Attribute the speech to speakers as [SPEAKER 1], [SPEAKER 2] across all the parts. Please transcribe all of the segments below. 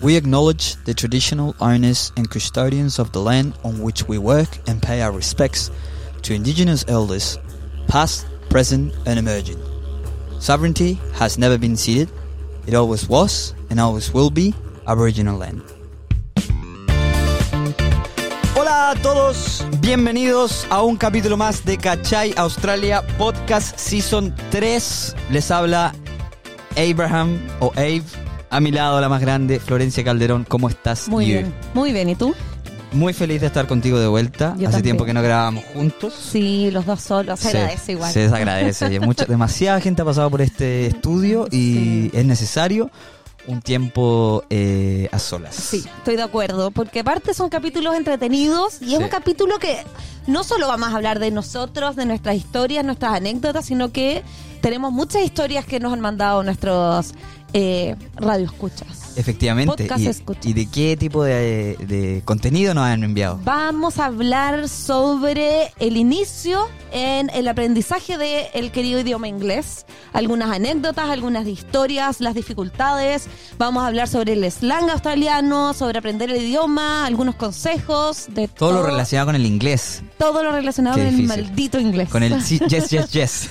[SPEAKER 1] We acknowledge the traditional owners and custodians of the land on which we work and pay our respects to Indigenous elders, past, present, and emerging. Sovereignty has never been ceded, it always was and always will be Aboriginal land. Hola a todos, bienvenidos a un capítulo más de Cachai Australia Podcast Season 3. Les habla Abraham o Abe. A mi lado la más grande, Florencia Calderón. ¿Cómo estás?
[SPEAKER 2] Muy
[SPEAKER 1] you?
[SPEAKER 2] bien, muy bien. ¿Y tú?
[SPEAKER 1] Muy feliz de estar contigo de vuelta.
[SPEAKER 2] Yo
[SPEAKER 1] Hace
[SPEAKER 2] también.
[SPEAKER 1] tiempo que no grabábamos juntos.
[SPEAKER 2] Sí, los dos solos. Se agradece igual.
[SPEAKER 1] Se desagradece. Y mucha, demasiada gente ha pasado por este estudio y
[SPEAKER 2] Sí.
[SPEAKER 1] es necesario un tiempo eh, a solas.
[SPEAKER 2] Sí, estoy de acuerdo, porque aparte son capítulos entretenidos y es
[SPEAKER 1] Sí.
[SPEAKER 2] un capítulo que no solo vamos a hablar de nosotros, de nuestras historias, nuestras anécdotas, sino que tenemos muchas historias que nos han mandado nuestros eh, radioescuchas.
[SPEAKER 1] Efectivamente.
[SPEAKER 2] Podcast
[SPEAKER 1] y,
[SPEAKER 2] escucha.
[SPEAKER 1] y de qué tipo de, de contenido nos han enviado?
[SPEAKER 2] Vamos a hablar sobre el inicio en el aprendizaje del querido idioma inglés, algunas anécdotas, algunas historias, las dificultades. Vamos a hablar sobre el slang australiano, sobre aprender el idioma, algunos consejos de
[SPEAKER 1] Todo lo relacionado con el inglés.
[SPEAKER 2] todo lo relacionado
[SPEAKER 1] Qué
[SPEAKER 2] con el
[SPEAKER 1] difícil.
[SPEAKER 2] maldito inglés.
[SPEAKER 1] Con el sí, yes, yes, yes.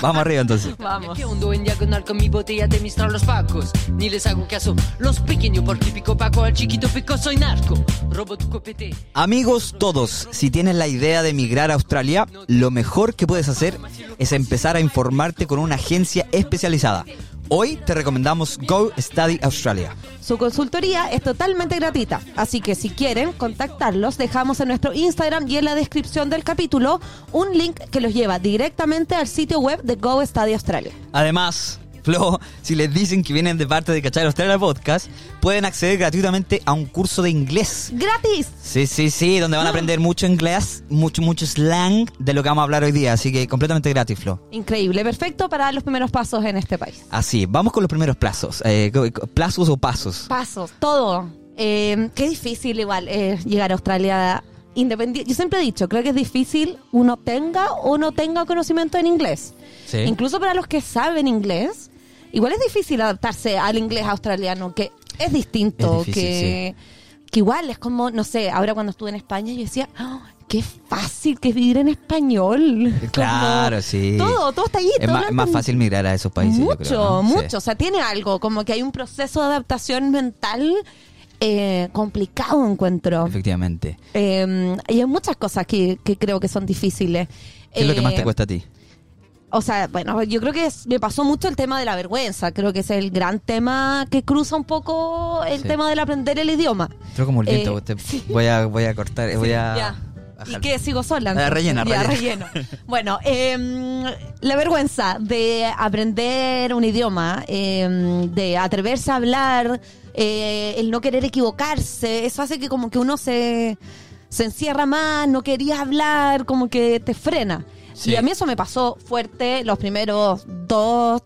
[SPEAKER 1] Vamos arriba entonces.
[SPEAKER 2] Vamos.
[SPEAKER 3] Que hundo en diagonal con mi botella de mistral los pacos. Ni les hago caso, los pequeños por típico paco, al chiquito pico soy narco. Robo tu copete.
[SPEAKER 1] Amigos todos, si tienes la idea de emigrar a Australia, lo mejor que puedes hacer es empezar a informarte con una agencia especializada. Hoy te recomendamos Go Study Australia.
[SPEAKER 2] Su consultoría es totalmente gratuita, así que si quieren contactarlos, dejamos en nuestro Instagram y en la descripción del capítulo un link que los lleva directamente al sitio web de Go Study Australia.
[SPEAKER 1] Además, Flo, si les dicen que vienen de parte de Cachar Australia Podcast, pueden acceder gratuitamente a un curso de inglés.
[SPEAKER 2] ¡Gratis!
[SPEAKER 1] Sí, sí, sí, donde van a aprender mucho inglés, mucho, mucho slang de lo que vamos a hablar hoy día. Así que completamente gratis, Flo.
[SPEAKER 2] Increíble, perfecto para los primeros pasos en este país.
[SPEAKER 1] Así, vamos con los primeros plazos. Eh, co- co- ¿Plazos o pasos?
[SPEAKER 2] Pasos, todo. Eh, qué difícil igual eh, llegar a Australia independiente. Yo siempre he dicho, creo que es difícil uno tenga o no tenga conocimiento en inglés.
[SPEAKER 1] Sí.
[SPEAKER 2] Incluso para los que saben inglés, igual es difícil adaptarse al inglés australiano, que es distinto,
[SPEAKER 1] Es difícil,
[SPEAKER 2] que, que igual es como, no sé, ahora cuando estuve en España yo decía, "Ah, qué fácil que es vivir en español.
[SPEAKER 1] Eh, Claro,
[SPEAKER 2] Como
[SPEAKER 1] sí.
[SPEAKER 2] Todo, todo está ahí.
[SPEAKER 1] Es
[SPEAKER 2] todo
[SPEAKER 1] más,
[SPEAKER 2] lo
[SPEAKER 1] es más
[SPEAKER 2] entendí.
[SPEAKER 1] fácil migrar a esos países. yo
[SPEAKER 2] Mucho,
[SPEAKER 1] creo, ¿no?
[SPEAKER 2] mucho. O
[SPEAKER 1] Sí.
[SPEAKER 2] sea, tiene algo, como que hay un proceso de adaptación mental eh, complicado, encuentro.
[SPEAKER 1] Efectivamente.
[SPEAKER 2] Eh, y hay muchas cosas que, que creo que son difíciles.
[SPEAKER 1] ¿Qué es lo que más te
[SPEAKER 2] Eh,
[SPEAKER 1] cuesta a ti?
[SPEAKER 2] O sea, bueno, yo creo que es- me pasó mucho el tema de la vergüenza. Creo que es el gran tema que cruza un poco el
[SPEAKER 1] Sí.
[SPEAKER 2] tema del aprender el idioma.
[SPEAKER 1] Creo como el
[SPEAKER 2] eh,
[SPEAKER 1] viento. te- voy, a, voy a cortar, eh, voy a...
[SPEAKER 2] Ya. ¿Y
[SPEAKER 1] bajar.
[SPEAKER 2] qué? Sigo sola.
[SPEAKER 1] Ah, rellena,
[SPEAKER 2] Ya,
[SPEAKER 1] rellena.
[SPEAKER 2] relleno. Bueno, em, la vergüenza de aprender un idioma, em, de atreverse a hablar, eh, el no querer equivocarse, eso hace que como que uno se, se encierra más, no querías hablar, como que te frena.
[SPEAKER 1] Sí.
[SPEAKER 2] Y a mí eso me pasó fuerte los primeros dos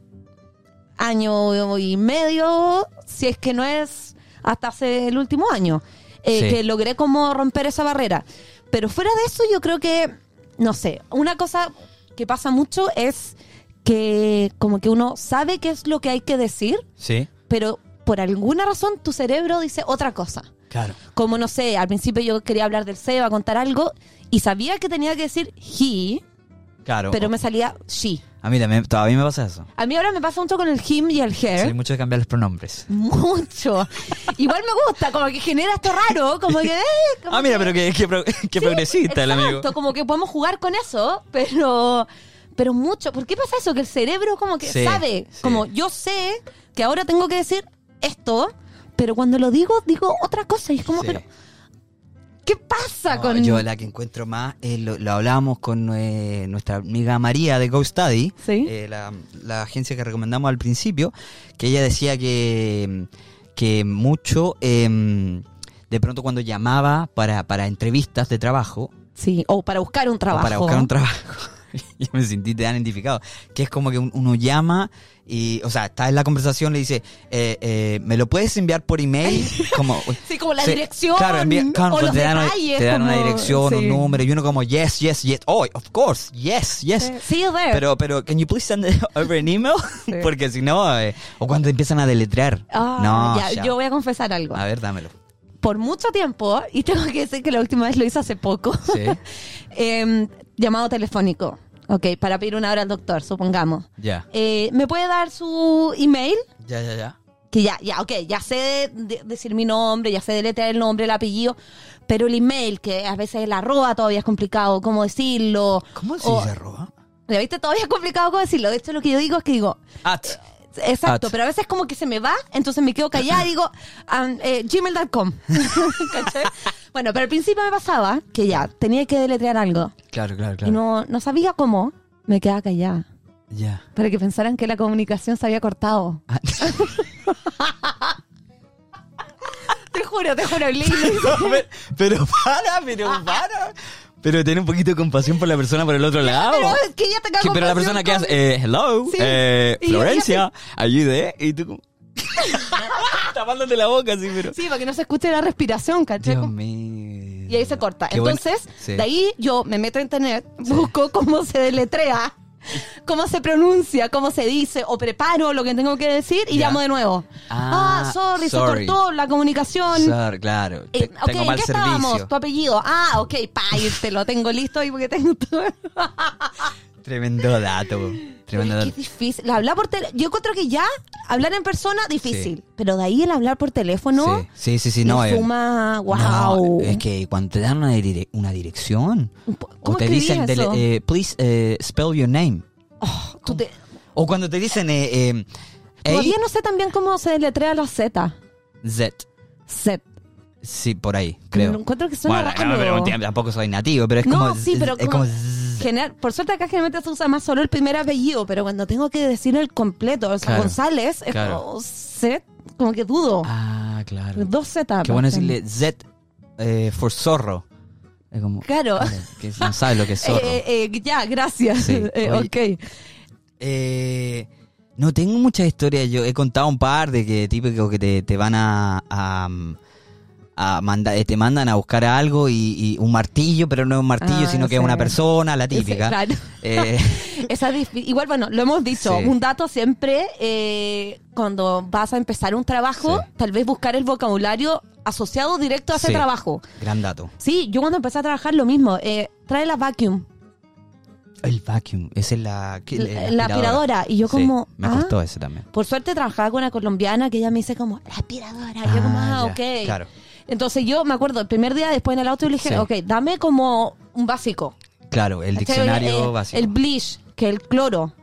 [SPEAKER 2] años y medio, si es que no es hasta hace el último año, eh,
[SPEAKER 1] Sí.
[SPEAKER 2] que logré como romper esa barrera. Pero fuera de eso, yo creo que, no sé, una cosa que pasa mucho es que como que uno sabe qué es lo que hay que decir,
[SPEAKER 1] Sí.
[SPEAKER 2] pero por alguna razón tu cerebro dice otra cosa.
[SPEAKER 1] Claro.
[SPEAKER 2] Como no sé, al principio yo quería hablar del Seba, contar algo, y sabía que tenía que decir he,
[SPEAKER 1] Claro.
[SPEAKER 2] pero me salía she.
[SPEAKER 1] A mí también, todavía me pasa eso.
[SPEAKER 2] A mí ahora me pasa mucho con el him y el her.
[SPEAKER 1] Soy mucho de cambiar los pronombres.
[SPEAKER 2] Mucho. Igual me gusta, como que genera esto raro, como que... eh, como
[SPEAKER 1] Ah, mira,
[SPEAKER 2] que-
[SPEAKER 1] pero qué, qué pro- qué progresista el amigo.
[SPEAKER 2] Exacto, como que podemos jugar con eso, pero pero mucho. ¿Por qué pasa eso? Que el cerebro como que
[SPEAKER 1] Sí,
[SPEAKER 2] sabe,
[SPEAKER 1] sí.
[SPEAKER 2] como yo sé que ahora tengo que decir esto, pero cuando lo digo, digo otra cosa. Y es como,
[SPEAKER 1] Sí.
[SPEAKER 2] pero, ¿qué pasa
[SPEAKER 1] No,
[SPEAKER 2] con...?
[SPEAKER 1] Yo la que encuentro más, eh, lo, lo hablábamos con eh, nuestra amiga María de Go Study,
[SPEAKER 2] Sí.
[SPEAKER 1] eh, la, la agencia que recomendamos al principio, que ella decía que, que mucho, eh, de pronto cuando llamaba para, para entrevistas de trabajo,
[SPEAKER 2] Sí, o para buscar un
[SPEAKER 1] o
[SPEAKER 2] trabajo.
[SPEAKER 1] para buscar un trabajo, yo me sentí tan identificado. Que es como que un- uno llama y, o sea, está en la conversación, le dice, eh, eh, ¿me lo puedes enviar por email? Como,
[SPEAKER 2] Sí, como la dirección,
[SPEAKER 1] Claro, envía- claro,
[SPEAKER 2] o
[SPEAKER 1] pues
[SPEAKER 2] los
[SPEAKER 1] te, dan,
[SPEAKER 2] detalles,
[SPEAKER 1] te dan una
[SPEAKER 2] como-
[SPEAKER 1] dirección,
[SPEAKER 2] sí.
[SPEAKER 1] un número, y uno como, yes, yes, yes. Oh, of course, yes, yes.
[SPEAKER 2] See you there.
[SPEAKER 1] Pero, pero, can you please send it over an email?
[SPEAKER 2] Sí.
[SPEAKER 1] Porque si no, eh, o cuando empiezan a deletrear.
[SPEAKER 2] Ah,
[SPEAKER 1] no,
[SPEAKER 2] ya,
[SPEAKER 1] ya.
[SPEAKER 2] yo voy a confesar algo.
[SPEAKER 1] A ver, dámelo.
[SPEAKER 2] Por mucho tiempo, y tengo que decir que la última vez lo hice hace poco,
[SPEAKER 1] Sí.
[SPEAKER 2] em, llamado telefónico, ok, para pedir una hora al doctor, supongamos.
[SPEAKER 1] Ya.
[SPEAKER 2] Eh, ¿Me puede dar su email?
[SPEAKER 1] Ya, ya, ya.
[SPEAKER 2] Que ya, ya, ok, ya sé de- decir mi nombre, ya sé deletrear el nombre, el apellido, pero el email, que a veces el arroba todavía es complicado, cómo decirlo.
[SPEAKER 1] ¿Cómo se
[SPEAKER 2] o-
[SPEAKER 1] dice arroba?
[SPEAKER 2] ¿Ya viste? Todavía es complicado cómo decirlo. De hecho, lo que yo digo es que digo,
[SPEAKER 1] At.
[SPEAKER 2] Exacto,
[SPEAKER 1] At.
[SPEAKER 2] pero a veces como que se me va, entonces me quedo callada y digo um, eh, gmail.com. ¿Cachai? bueno, pero al principio me pasaba que ya tenía que deletrear algo
[SPEAKER 1] Claro, claro,
[SPEAKER 2] y
[SPEAKER 1] claro.
[SPEAKER 2] no, no sabía cómo, me quedaba callada
[SPEAKER 1] Ya.
[SPEAKER 2] para que pensaran que la comunicación se había cortado.
[SPEAKER 1] Ah.
[SPEAKER 2] te juro, te juro, Blin.
[SPEAKER 1] pero, pero para, pero
[SPEAKER 2] Ah,
[SPEAKER 1] para. Pero ten un poquito de compasión por la persona por el otro lado.
[SPEAKER 2] Pero es que ya te
[SPEAKER 1] Sí, pero la persona que hace, eh, hello,
[SPEAKER 2] Sí.
[SPEAKER 1] eh,
[SPEAKER 2] Y yo-
[SPEAKER 1] Florencia, ayude, y tú como... tapándote la boca así, pero...
[SPEAKER 2] Sí, para que no se escuche la respiración, ¿cachai?
[SPEAKER 1] Dios
[SPEAKER 2] Como-
[SPEAKER 1] mío.
[SPEAKER 2] Y ahí se corta.
[SPEAKER 1] Qué bueno.
[SPEAKER 2] Entonces,
[SPEAKER 1] Sí.
[SPEAKER 2] de ahí yo me meto a internet, busco cómo se deletrea, cómo se pronuncia, cómo se dice, o preparo lo que tengo que decir y
[SPEAKER 1] Ya.
[SPEAKER 2] llamo de nuevo.
[SPEAKER 1] Ah,
[SPEAKER 2] Ah, sorry,
[SPEAKER 1] sorry.
[SPEAKER 2] se cortó la comunicación.
[SPEAKER 1] Sar, claro, te-
[SPEAKER 2] Eh, ok,
[SPEAKER 1] tengo
[SPEAKER 2] ¿en
[SPEAKER 1] mal
[SPEAKER 2] qué
[SPEAKER 1] servicio.
[SPEAKER 2] estábamos? Tu apellido. Ah, ok, pa, y te lo tengo listo ahí porque tengo todo.
[SPEAKER 1] Tremendo dato, tremendo
[SPEAKER 2] Pero es que
[SPEAKER 1] dato.
[SPEAKER 2] es difícil. Hablar por tele- Yo encuentro que ya hablar en persona, difícil. Pero de ahí el hablar por teléfono,
[SPEAKER 1] Sí, sí, sí, sí,
[SPEAKER 2] le
[SPEAKER 1] no. eh,
[SPEAKER 2] suma,
[SPEAKER 1] no,
[SPEAKER 2] Ah, wow.
[SPEAKER 1] es que cuando te dan una, dire- una dirección,
[SPEAKER 2] ¿Cómo
[SPEAKER 1] o te
[SPEAKER 2] escribís
[SPEAKER 1] dicen, dele-
[SPEAKER 2] eso?
[SPEAKER 1] eh, please eh, spell your name.
[SPEAKER 2] Oh, tú te-
[SPEAKER 1] O cuando te dicen, eh, eh,
[SPEAKER 2] Todavía no sé también cómo se deletrea la Z.
[SPEAKER 1] Z.
[SPEAKER 2] Z.
[SPEAKER 1] Sí, por ahí, creo.
[SPEAKER 2] No encuentro que suena
[SPEAKER 1] bueno, no,
[SPEAKER 2] raro.
[SPEAKER 1] pero entiendo, tampoco soy nativo, pero es
[SPEAKER 2] No,
[SPEAKER 1] como.
[SPEAKER 2] sí, pero
[SPEAKER 1] es
[SPEAKER 2] como-
[SPEAKER 1] como. zzz.
[SPEAKER 2] General- por suerte acá generalmente se usa más solo el primer apellido, pero cuando tengo que decir el completo, o sea,
[SPEAKER 1] Claro,
[SPEAKER 2] González, es
[SPEAKER 1] claro.
[SPEAKER 2] como Z, como que dudo.
[SPEAKER 1] Ah, claro.
[SPEAKER 2] Dos Z.
[SPEAKER 1] Qué bueno
[SPEAKER 2] aparte.
[SPEAKER 1] decirle Z eh, for zorro. Es como.
[SPEAKER 2] Claro.
[SPEAKER 1] Vale, que no sabes lo que es zorro.
[SPEAKER 2] Eh, eh, ya, gracias.
[SPEAKER 1] Sí,
[SPEAKER 2] Eh,
[SPEAKER 1] oye.
[SPEAKER 2] ok.
[SPEAKER 1] Eh, no tengo muchas historias. Yo he contado un par de que típico que te, te van a. a a manda- eh, te mandan a buscar algo y, y un martillo, pero no es un martillo,
[SPEAKER 2] Ah,
[SPEAKER 1] sino que es
[SPEAKER 2] sí.
[SPEAKER 1] una persona, la típica.
[SPEAKER 2] Sí, claro.
[SPEAKER 1] Eh,
[SPEAKER 2] Esa dif- igual, bueno, lo hemos dicho,
[SPEAKER 1] Sí.
[SPEAKER 2] un dato siempre, eh, cuando vas a empezar un trabajo,
[SPEAKER 1] Sí.
[SPEAKER 2] tal vez buscar el vocabulario asociado directo a ese
[SPEAKER 1] Sí.
[SPEAKER 2] trabajo.
[SPEAKER 1] gran dato.
[SPEAKER 2] Sí, yo cuando empecé a trabajar lo mismo, eh, trae la vacuum.
[SPEAKER 1] El vacuum, esa es la, ¿qué?
[SPEAKER 2] La- la aspiradora. Y yo
[SPEAKER 1] Sí,
[SPEAKER 2] como,
[SPEAKER 1] me
[SPEAKER 2] ah.
[SPEAKER 1] costó ese también.
[SPEAKER 2] Por suerte trabajaba con una colombiana que ella me dice como, la aspiradora. Y
[SPEAKER 1] Ah,
[SPEAKER 2] yo como, ah,
[SPEAKER 1] ya,
[SPEAKER 2] ok.
[SPEAKER 1] claro.
[SPEAKER 2] Entonces yo me acuerdo, el primer día después en el auto yo le dije,
[SPEAKER 1] Sí.
[SPEAKER 2] ok, dame como un básico.
[SPEAKER 1] Claro, el
[SPEAKER 2] ¿Cachai?
[SPEAKER 1] diccionario
[SPEAKER 2] Eh,
[SPEAKER 1] básico.
[SPEAKER 2] El bleach, que el cloro.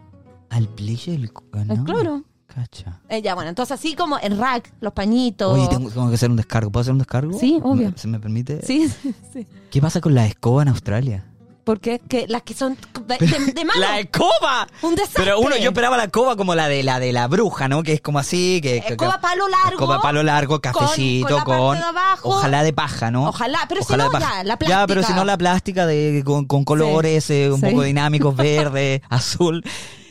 [SPEAKER 1] Al bleach el, ah,
[SPEAKER 2] El
[SPEAKER 1] no.
[SPEAKER 2] cloro.
[SPEAKER 1] Cacha.
[SPEAKER 2] Eh, ya, bueno, entonces así como el rack, los pañitos.
[SPEAKER 1] Oye, tengo, tengo que hacer un descargo. ¿Puedo hacer un descargo?
[SPEAKER 2] Sí, obvio.
[SPEAKER 1] ¿Me- ¿Se me permite?
[SPEAKER 2] Sí, sí, sí.
[SPEAKER 1] ¿Qué pasa con la escoba en Australia?
[SPEAKER 2] Porque es que las que son de, de- de mano.
[SPEAKER 1] ¡La escoba!
[SPEAKER 2] Un desastre.
[SPEAKER 1] Pero uno, yo esperaba la escoba como la de la de la bruja, ¿no? Que es como así, que... que-
[SPEAKER 2] Escoba
[SPEAKER 1] que-
[SPEAKER 2] palo largo.
[SPEAKER 1] Escoba palo largo,
[SPEAKER 2] con-
[SPEAKER 1] cafecito,
[SPEAKER 2] con la
[SPEAKER 1] con...
[SPEAKER 2] parte de abajo.
[SPEAKER 1] Ojalá de paja, ¿no?
[SPEAKER 2] Ojalá, pero si
[SPEAKER 1] Ojalá
[SPEAKER 2] no,
[SPEAKER 1] de paja.
[SPEAKER 2] ya, la
[SPEAKER 1] Ya, pero si
[SPEAKER 2] plástica.
[SPEAKER 1] no, la plástica de, con, con colores, eh, un
[SPEAKER 2] sí.
[SPEAKER 1] poco dinámicos, verde, azul,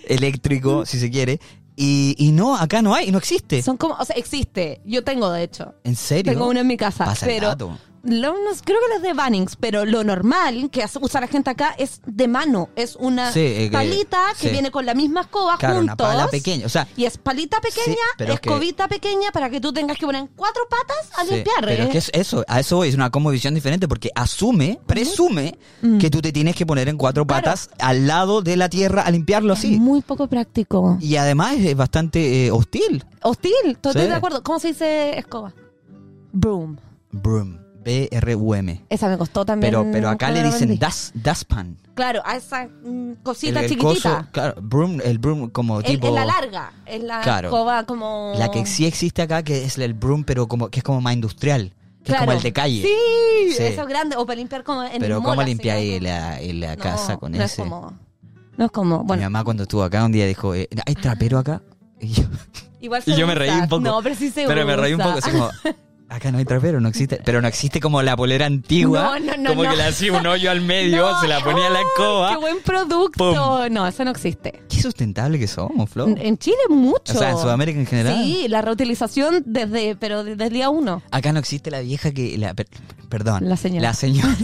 [SPEAKER 1] eléctrico, si se quiere. Y, y no, acá no hay, no existe.
[SPEAKER 2] Mm. Son como, o sea, existe. Yo tengo, de hecho.
[SPEAKER 1] ¿En serio?
[SPEAKER 2] Tengo uno en mi casa.
[SPEAKER 1] Pasa el
[SPEAKER 2] pero
[SPEAKER 1] dato.
[SPEAKER 2] lo- no- creo que los de Bannings, pero lo normal que hace- usa la gente acá es de mano. Es una
[SPEAKER 1] Sí, eh, que-
[SPEAKER 2] palita que
[SPEAKER 1] sí.
[SPEAKER 2] viene con la misma escoba
[SPEAKER 1] Claro, una
[SPEAKER 2] juntos.
[SPEAKER 1] pala pequeña, o sea,
[SPEAKER 2] y es palita pequeña,
[SPEAKER 1] pero es que-
[SPEAKER 2] escobita pequeña para que tú tengas que poner cuatro patas a
[SPEAKER 1] Sí,
[SPEAKER 2] limpiar.
[SPEAKER 1] Pero
[SPEAKER 2] ¿eh?
[SPEAKER 1] es que es eso, a eso voy, es una cosmovisión diferente porque asume, presume que tú te tienes que poner en cuatro
[SPEAKER 2] Mm. Claro.
[SPEAKER 1] patas al lado de la tierra a limpiarlo así.
[SPEAKER 2] Muy poco práctico.
[SPEAKER 1] Y además es bastante eh, hostil.
[SPEAKER 2] Hostil, to- estoy
[SPEAKER 1] Sí.
[SPEAKER 2] de acuerdo. ¿Cómo se dice escoba? Broom.
[SPEAKER 1] Broom, B-R-U-M.
[SPEAKER 2] Esa me costó también.
[SPEAKER 1] Pero, pero acá
[SPEAKER 2] cuando
[SPEAKER 1] le
[SPEAKER 2] la
[SPEAKER 1] dicen
[SPEAKER 2] aprendí.
[SPEAKER 1] das, daspan.
[SPEAKER 2] Claro, a esa mm,
[SPEAKER 1] El,
[SPEAKER 2] cosita
[SPEAKER 1] el
[SPEAKER 2] chiquitita.
[SPEAKER 1] coso, claro, broom, el broom como
[SPEAKER 2] El-
[SPEAKER 1] tipo...
[SPEAKER 2] en la larga, en la
[SPEAKER 1] Claro.
[SPEAKER 2] escoba como...
[SPEAKER 1] la que sí existe acá, que es el broom, pero como que es como más industrial. Que es como
[SPEAKER 2] Claro.
[SPEAKER 1] el de calle.
[SPEAKER 2] Sí,
[SPEAKER 1] Sí.
[SPEAKER 2] eso es grande. O para limpiar como en el
[SPEAKER 1] pero
[SPEAKER 2] mall,
[SPEAKER 1] ¿cómo
[SPEAKER 2] así
[SPEAKER 1] limpiáis
[SPEAKER 2] como-
[SPEAKER 1] la, la
[SPEAKER 2] No,
[SPEAKER 1] casa con
[SPEAKER 2] no
[SPEAKER 1] ese?
[SPEAKER 2] Es como, no es como...
[SPEAKER 1] Mi
[SPEAKER 2] Bueno,
[SPEAKER 1] mamá cuando estuvo acá un día dijo, eh, ¿hay trapero acá? Y yo,
[SPEAKER 2] igual
[SPEAKER 1] y
[SPEAKER 2] se
[SPEAKER 1] yo me
[SPEAKER 2] usa.
[SPEAKER 1] reí un poco.
[SPEAKER 2] No, pero sí se
[SPEAKER 1] pero me reí un
[SPEAKER 2] usa.
[SPEAKER 1] poco, así como, Acá no hay trapero, no existe. Pero no existe como la polera antigua.
[SPEAKER 2] No, no, no,
[SPEAKER 1] Como
[SPEAKER 2] no.
[SPEAKER 1] que le hacía un hoyo al medio,
[SPEAKER 2] No,
[SPEAKER 1] se la ponía en la
[SPEAKER 2] ¡ay,
[SPEAKER 1] escoba.
[SPEAKER 2] ¡Qué buen producto! No, eso no existe.
[SPEAKER 1] Qué sustentable que somos, Flo.
[SPEAKER 2] En en Chile mucho.
[SPEAKER 1] O sea, en Sudamérica en general.
[SPEAKER 2] Sí, la reutilización desde, pero desde el día uno.
[SPEAKER 1] Acá no existe la vieja que. La, per- perdón.
[SPEAKER 2] La señora.
[SPEAKER 1] La señora.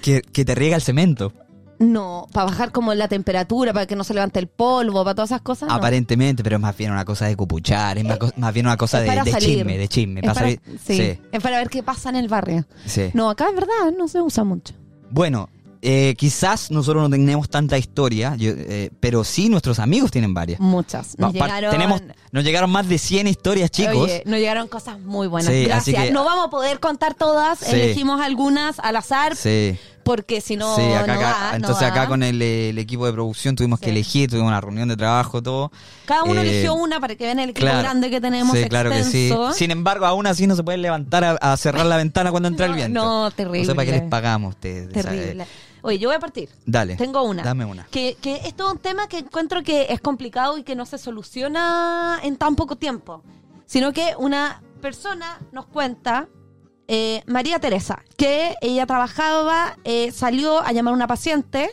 [SPEAKER 1] que, que te riega el cemento.
[SPEAKER 2] No, para bajar como la temperatura, para que no se levante el polvo, para todas esas cosas.
[SPEAKER 1] Ah,
[SPEAKER 2] no.
[SPEAKER 1] Aparentemente, pero es más bien una cosa de cupuchar, es más, co- más bien una cosa
[SPEAKER 2] Eh, Es
[SPEAKER 1] de,
[SPEAKER 2] para
[SPEAKER 1] de
[SPEAKER 2] salir.
[SPEAKER 1] chisme, de chisme.
[SPEAKER 2] Es
[SPEAKER 1] para
[SPEAKER 2] para-
[SPEAKER 1] salir-
[SPEAKER 2] sí, Es para ver qué pasa en el barrio.
[SPEAKER 1] sí.
[SPEAKER 2] No, acá en verdad no se usa mucho.
[SPEAKER 1] Bueno, eh, quizás nosotros no tenemos tanta historia, yo- eh, pero sí nuestros amigos tienen varias.
[SPEAKER 2] Muchas. Nos
[SPEAKER 1] Va- par-
[SPEAKER 2] llegaron,
[SPEAKER 1] tenemos, nos llegaron más de 100 historias, chicos.
[SPEAKER 2] Oye, nos llegaron cosas muy buenas.
[SPEAKER 1] Sí, así
[SPEAKER 2] Gracias.
[SPEAKER 1] que-
[SPEAKER 2] No vamos a poder contar todas.
[SPEAKER 1] Sí.
[SPEAKER 2] Elegimos algunas al azar
[SPEAKER 1] Sí,
[SPEAKER 2] porque si no.
[SPEAKER 1] sí, acá,
[SPEAKER 2] no
[SPEAKER 1] acá-
[SPEAKER 2] va, no
[SPEAKER 1] entonces
[SPEAKER 2] va.
[SPEAKER 1] acá con el, eh, el equipo de producción tuvimos
[SPEAKER 2] Sí.
[SPEAKER 1] que elegir, tuvimos una reunión de trabajo, todo.
[SPEAKER 2] Cada uno
[SPEAKER 1] Eh,
[SPEAKER 2] eligió una para que vean el equipo
[SPEAKER 1] claro.
[SPEAKER 2] grande que tenemos.
[SPEAKER 1] Sí, claro que sí.
[SPEAKER 2] extenso.
[SPEAKER 1] Sin embargo, aún así no se pueden levantar a, a cerrar la ventana cuando entra
[SPEAKER 2] No,
[SPEAKER 1] el viento.
[SPEAKER 2] no,
[SPEAKER 1] No sé para qué les
[SPEAKER 2] terrible.
[SPEAKER 1] pagamos a ustedes. o sea,
[SPEAKER 2] Terrible.
[SPEAKER 1] eh,
[SPEAKER 2] Oye, yo voy a partir.
[SPEAKER 1] Dale.
[SPEAKER 2] Tengo una.
[SPEAKER 1] Dame una.
[SPEAKER 2] Que, que es todo un tema que encuentro que es complicado y que no se soluciona en tan poco tiempo. Sino que una persona nos cuenta, eh, María Teresa, que ella trabajaba, eh, salió a llamar a una paciente,